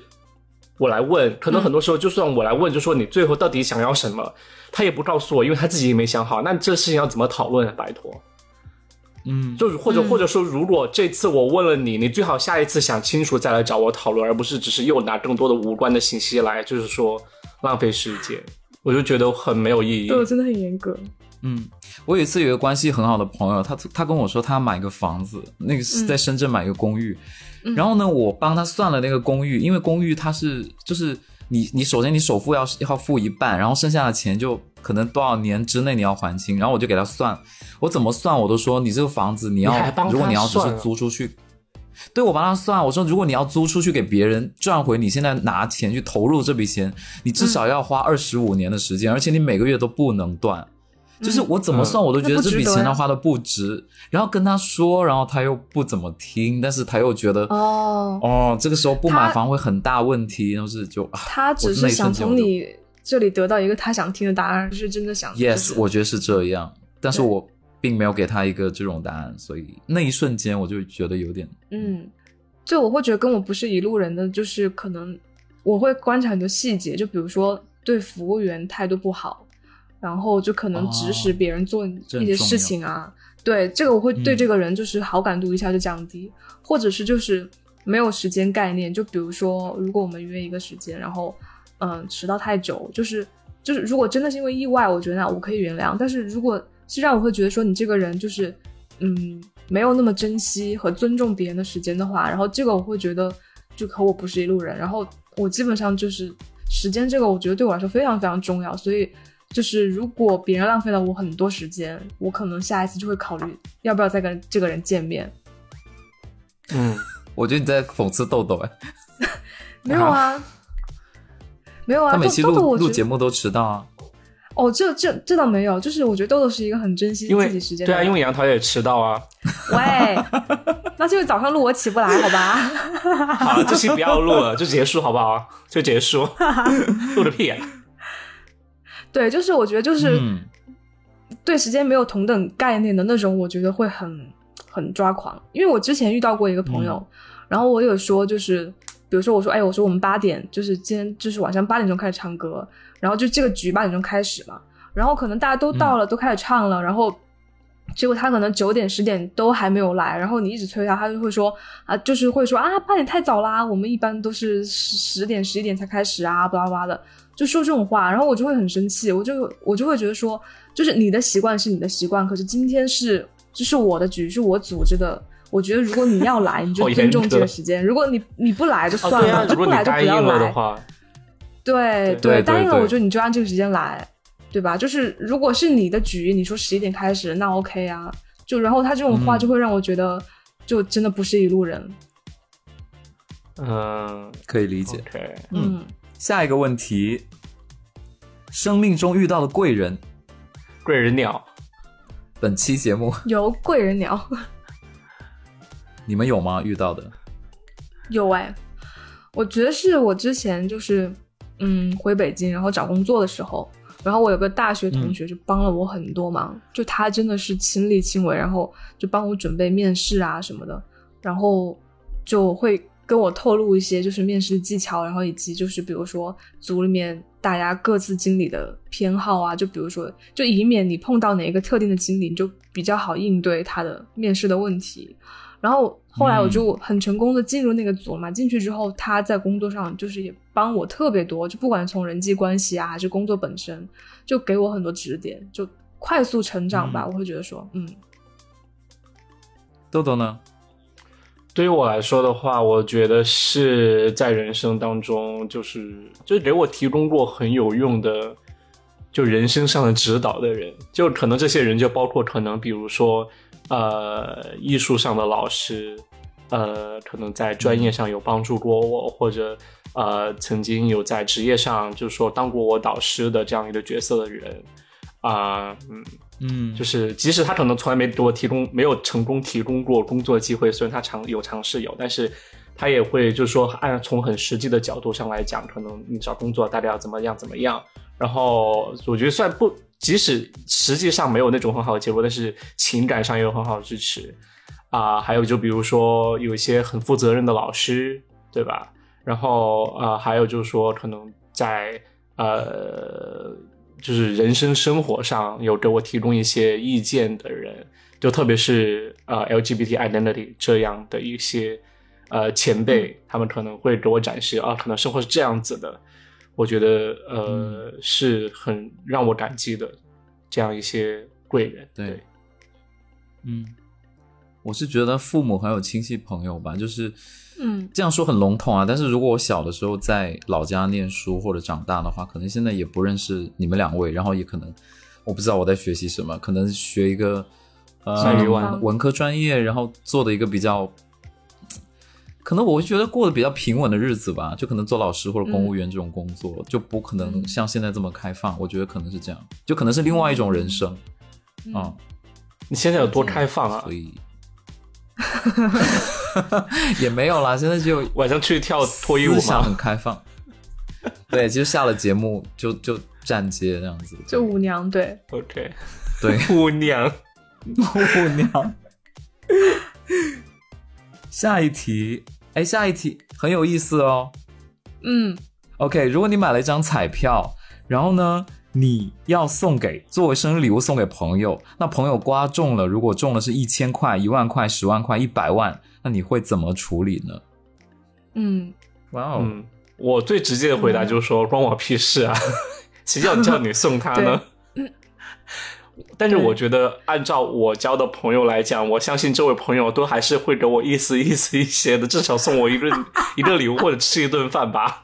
Speaker 1: 我来问，可能
Speaker 3: 嗯
Speaker 1: 很多时候就算我来问，就说你最后到底想要什么，他也不告诉我，因为他自己也没想好，那这事情要怎么讨论啊？拜托，
Speaker 2: 嗯，
Speaker 1: 就是或者
Speaker 3: 嗯
Speaker 1: 或者说，如果这次我问了你，你最好下一次想清楚再来找我讨论，而不是只是又拿更多的无关的信息来，就是说浪费时间，我就觉得很没有意义
Speaker 3: 对。我真的很严格，
Speaker 2: 嗯，我有一次有一个关系很好的朋友，他他跟我说他买个房子，那个
Speaker 1: 嗯
Speaker 2: 是在深圳买一个公寓，
Speaker 3: 嗯
Speaker 2: 然后呢，我帮他算了那个公寓，因为公寓它是就是你你首先你首付要要付一半，然后剩下的钱就可能多少年之内你要还清，然后我就给他算，我怎么算我都说你这个房子你要
Speaker 1: 你还帮他
Speaker 2: 如果你要只
Speaker 1: 算
Speaker 2: 是
Speaker 1: 啊
Speaker 2: 租出去。对，我帮他算，我说如果你要租出去给别人赚回你现在拿钱去投入这笔钱，你至
Speaker 1: 嗯
Speaker 2: 少要花二十五年的时间，而且你每个月都不能断。就是
Speaker 3: 嗯
Speaker 2: 我怎么算我都觉得这笔钱他花的不值，然后跟他说，然后他又不怎么听，但是他又觉得
Speaker 3: 哦，
Speaker 2: 哦，这个时候不买
Speaker 3: 他
Speaker 2: 房会很大问题，然后是就啊
Speaker 3: 他只是想从你这里得到一个他想听的答案，就是真的想。
Speaker 2: ，yes，
Speaker 3: 就是
Speaker 2: 我觉得是这样，但是
Speaker 3: 对
Speaker 2: 我并没有给他一个这种答案，所以那一瞬间我就觉得有点
Speaker 3: 嗯，就我会觉得跟我不是一路人的，就是可能我会观察很多细节，就比如说对服务员态度不好，然后就可能指使
Speaker 2: 哦
Speaker 3: 别人做
Speaker 2: 这很
Speaker 3: 一些
Speaker 2: 重
Speaker 3: 事
Speaker 2: 要
Speaker 3: 情啊。对，这个我会啊对
Speaker 2: 嗯
Speaker 3: 这个人就是好感度一下就降低，或者是就是没有时间概念。就比如说，如果我们约一个时间，然后嗯、呃迟到太久，就是就是如果真的是因为意外，我觉得那我可以原谅。但是如果是让我会觉得说你这个人就是嗯没有那么珍惜和尊重别人的时间的话，然后这个我会觉得就和我不是一路人。然后我基本上就是时间这个，我觉得对我来说非常非常重要，所以。就是如果别人浪费了我很多时间，我可能下一次就会考虑要不要再跟这个人见面。
Speaker 1: 嗯，
Speaker 2: 我觉得你在讽刺豆豆哎，
Speaker 3: 没有啊，没有啊，
Speaker 2: 他
Speaker 3: 豆
Speaker 2: 每期
Speaker 3: 豆豆，
Speaker 2: 录
Speaker 3: 我觉
Speaker 2: 录
Speaker 3: 得
Speaker 2: 节目都迟到啊，
Speaker 3: 哦，这这这倒没有，就是我觉得豆豆是一个很珍惜
Speaker 1: 因为
Speaker 3: 自己时间的
Speaker 1: 对
Speaker 3: 人。
Speaker 1: 啊，因为杨桃也迟到啊。
Speaker 3: 喂，那就是早上录我起不来，好吧？
Speaker 1: 好，这期不要录了，就结束好不好？就结 束，录个屁、啊！
Speaker 3: 对，就是我觉得就是
Speaker 2: 嗯
Speaker 3: 对时间没有同等概念的那种，我觉得会很很抓狂。因为我之前遇到过一个朋友，然后我有说就是，比如说我说，哎，我说我们八点就是今天就是晚上八点钟开始唱歌，然后就这个局八点钟开始嘛，然后可能大家都到
Speaker 1: 嗯
Speaker 3: 了，都开始唱了，然后。结果他可能九点十点都还没有来，然后你一直催他，他就会说啊，就是会说啊，八点太早啦，我们一般都是十十点十一点才开始啊，巴拉巴拉的，就说这种话，然后我就会很生气，我就我就会觉得说，就是你的习惯是你的习惯，可是今天是这是我的局，是我组织的。我觉得如果你要来，你就
Speaker 1: 好严
Speaker 3: 尊重
Speaker 1: 格
Speaker 3: 这个时间；如果你你不来就
Speaker 1: 哦，
Speaker 3: 算
Speaker 1: 对
Speaker 3: 了，
Speaker 1: 啊，
Speaker 3: 就
Speaker 1: 如
Speaker 3: 不
Speaker 1: 果你
Speaker 3: 来就
Speaker 1: 答
Speaker 3: 不
Speaker 1: 应
Speaker 3: 要
Speaker 1: 了的
Speaker 3: 来。
Speaker 1: 话，
Speaker 3: 对
Speaker 1: 对
Speaker 2: 对
Speaker 3: 答应了
Speaker 2: 对
Speaker 3: 我觉得你就按这个时间来，对吧？就是如果是你的局，你说十一点开始，那 OK 啊。就然后他这种话
Speaker 2: 嗯
Speaker 3: 就会让我觉得，就真的不是一路人。
Speaker 1: 嗯
Speaker 2: 可以理
Speaker 3: 哦
Speaker 2: 解。
Speaker 1: ，OK，
Speaker 2: 嗯下一个问题，生命中遇到的贵人，
Speaker 1: 贵人鸟，
Speaker 2: 本期节目
Speaker 3: 有贵人鸟，
Speaker 2: 你们有吗？遇到的
Speaker 3: 有哎、我觉得是我之前就是，嗯，回北京然后找工作的时候，然后我有个大学同学就帮了我很多忙，就他真的是亲力亲为，然后就帮我准备面试啊什么的，然后就会跟我透露一些就是面试技巧，然后以及就是比如说组里面大家各自经理的偏好啊，就比如说就以免你碰到哪一个特定的经理，你就比较好应对他的面试的问题。然后后来我就很成功的进入那个组嘛，进去之后他在工作上就是也帮我特别多，就不管从人际关系啊还是工作本身，就给我很多指点，就快速成长吧。
Speaker 2: 嗯
Speaker 3: 我会觉得说，嗯，
Speaker 2: 豆豆呢？
Speaker 1: 对于我来说的话，我觉得是在人生当中，就是就给我提供过很有用的，就人生上的指导的人，就可能这些人就包括可能比如说，呃，艺术上的老师，呃，可能在专业上有帮助过我，或者呃，曾经有在职业上就是说当过我导师的这样一个角色的人，啊、嗯，
Speaker 2: 嗯，
Speaker 1: 就是即使他可能从来没给我提供，没有成功提供过工作机会，虽然他尝有尝试有，但是他也会就是说按从很实际的角度上来讲，可能你找工作大概要怎么样怎么样。然后我觉得算不，即使实际上没有那种很好的结果，但是情感上也有很好的支持啊、还有就比如说有一些很负责任的老师，对吧？然后呃，还有就是说，可能在呃，就是人生生活上有给我提供一些意见的人，就特别是呃 LGBT identity 这样的一些呃前
Speaker 2: 嗯
Speaker 1: 辈，他们可能会给我展示啊，可能生活
Speaker 2: 嗯
Speaker 1: 是这样子的。我觉得呃、是很让我感激的，这样一些贵人。
Speaker 2: 对
Speaker 1: 对
Speaker 2: 嗯，我是觉得父母还有亲戚朋友吧，就是，
Speaker 3: 嗯
Speaker 2: 这样说很笼统啊。但是如果我小的时候在老家念书或者长大的话，可能现在也不认识你们两位，然后也可能我不知道我在学习什么，可能学一个呃
Speaker 1: 像
Speaker 3: 语文
Speaker 2: 文科专业，然后做的一个比较。可能我会觉得过得比较平稳的日子吧，就可能做老师或者公务员这种工作，就不可能
Speaker 3: 嗯
Speaker 2: 像现在这么开放。我觉得可能是这样，就可能是另外一种人生啊。嗯
Speaker 1: 你现在有多开放啊
Speaker 2: 所？以也没有啦。现在就
Speaker 1: 晚上去跳脱衣舞
Speaker 2: 思想很
Speaker 1: 吗？
Speaker 2: 开放。对，就下了节目就就站街这样子，
Speaker 3: 就舞娘对，
Speaker 1: ？OK，
Speaker 2: 对
Speaker 1: 姑娘，
Speaker 2: 舞娘。 下一题，哎，下一题很有意思哦。
Speaker 3: 嗯
Speaker 2: OK，如果你买了一张彩票，然后呢，你要送给作为生日礼物送给朋友，那朋友刮中了，如果中了是一千块、一万块、十万块、一百万，那你会怎么处理呢？
Speaker 3: 嗯，
Speaker 2: 哇哦
Speaker 1: 嗯，我最直接的回答
Speaker 2: 嗯
Speaker 1: 就是说，关我屁事啊！ 谁叫叫你送他呢？ 但是我觉得，按照我交的朋友来讲，我相信这位朋友都还是会给我意思意思一些的，至少送我一 顿一顿礼物或者吃一顿饭吧。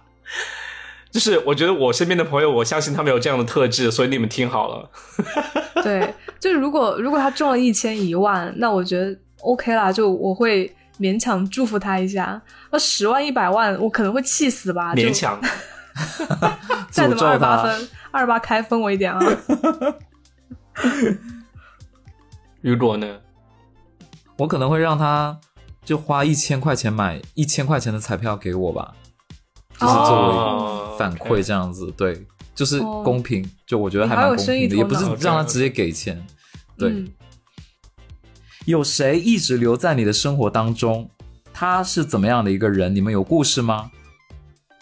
Speaker 1: 就是我觉得我身边的朋友，我相信他们有这样的特质，所以你们听好了。
Speaker 3: 对，就如果如果他中了一千一万，那我觉得 OK 啦，就我会勉强祝福他一下。那十万一百万，我可能会气死
Speaker 2: 啊
Speaker 3: 吧，就
Speaker 1: 勉强，
Speaker 2: 诅
Speaker 3: 再怎么
Speaker 2: 咒
Speaker 3: 二
Speaker 2: 他
Speaker 3: 八分，二八开分我 一点啊。
Speaker 1: 雨果呢？
Speaker 2: 我可能会让他就花一千块钱买一千块钱的彩票给我吧，就是作为
Speaker 1: 哦
Speaker 2: 反馈这样子，对，就是
Speaker 3: 哦
Speaker 2: 公平，就我觉得还
Speaker 3: 你好
Speaker 2: 蛮
Speaker 3: 有
Speaker 2: 公
Speaker 3: 生意
Speaker 2: 平的，也
Speaker 3: 头
Speaker 2: 不是
Speaker 3: 脑
Speaker 2: 让他直接给钱。对，
Speaker 3: 嗯
Speaker 2: 有谁一直留在你的生活当中？他是怎么样的一个人？你们有故事吗？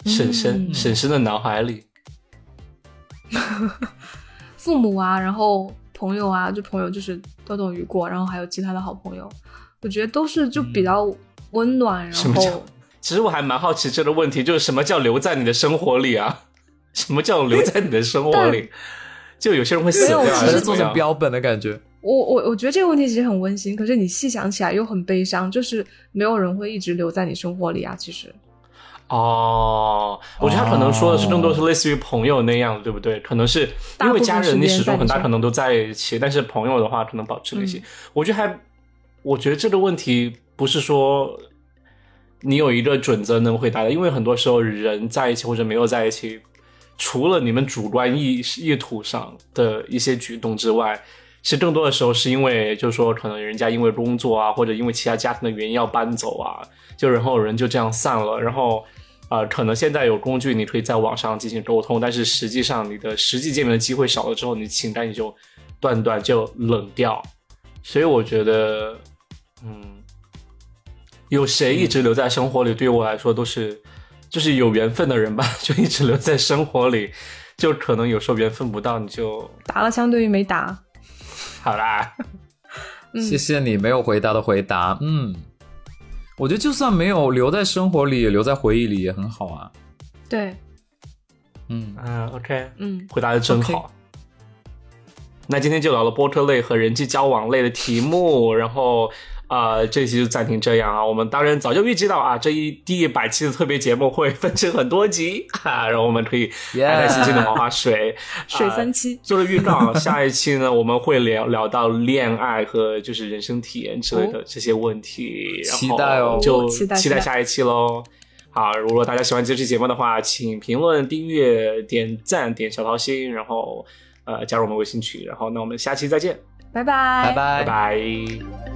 Speaker 1: 婶婶，
Speaker 3: 嗯
Speaker 1: 婶婶的脑海里，
Speaker 3: 父母啊，然后朋友啊，就朋友就是都等于过，然后还有其他的好朋友，我觉得都是就
Speaker 2: 嗯
Speaker 3: 比较温暖，
Speaker 1: 什
Speaker 3: 然
Speaker 1: 么叫
Speaker 3: 后
Speaker 1: 其实我还蛮好奇这个问题，就是什么叫留在你的生活里啊？什么叫留在你的生活里？就有些人会死
Speaker 3: 没
Speaker 1: 掉
Speaker 3: 有
Speaker 1: 啊，
Speaker 3: 其
Speaker 2: 还
Speaker 3: 实
Speaker 2: 是
Speaker 1: 怎
Speaker 2: 做
Speaker 1: 么
Speaker 2: 成
Speaker 1: 样
Speaker 2: 标本的感觉？
Speaker 3: 我我我觉得这个问题其实很温馨，可是你细想起来又很悲伤，就是没有人会一直留在你生活里啊。其实，
Speaker 1: 哦。我觉得他可能说的是更多是类似于朋友那样，对不对？可能是因为家人，你始终很大可能都在一起，但是朋友的话可能保持联系。我觉得还，我觉得这个问题不是说你有一个准则能回答的，因为很多时候人在一起或者没有在一起，除了你们主观意意图上的一些举动之外，其实更多的时候是因为，就是说可能人家因为工作啊，或者因为其他家庭的原因要搬走啊，就然后人就这样散了，然后。呃，可能现在有工具，你可以在网上进行沟通，但是实际上你的实际见面的机会少了之后，你情感也就断断就冷掉，所以我觉得，嗯，有谁一直留在生活里，对我来说都是就是有缘分的人吧，就一直留在生活里，就可能有时候缘分不到，你就
Speaker 3: 打了相对于没打，
Speaker 1: 好啊啦。
Speaker 3: 嗯，
Speaker 2: 谢谢你没有回答的回答。嗯，我觉得就算没有留在生活里，也留在回忆里也很好啊。
Speaker 3: 对，
Speaker 2: 嗯，
Speaker 1: 嗯，OK，
Speaker 3: 嗯，
Speaker 1: 回答的真好。那今天就聊了播客类和人际交往类的题目，然后啊、呃这期就暂停这样啊。我们当然早就预计到啊，这一第一百期的特别节目会分成很多集啊，然后我们可以开开心心的划划水。啊
Speaker 3: 水三七，
Speaker 1: 做了预告，下一期呢我们会聊聊到恋爱和就是人生体验之类的这些问题，然后
Speaker 2: 哦期待哦
Speaker 1: 就
Speaker 3: 期待
Speaker 1: 期
Speaker 3: 期
Speaker 1: 待
Speaker 3: 待
Speaker 1: 下一期喽。好，如果大家喜欢这期节目的话，请评论、订阅、点赞、点小桃心，然后呃加入我们微信群，然后那我们下期再见，
Speaker 3: 拜拜，
Speaker 1: 拜
Speaker 2: 拜。
Speaker 1: 拜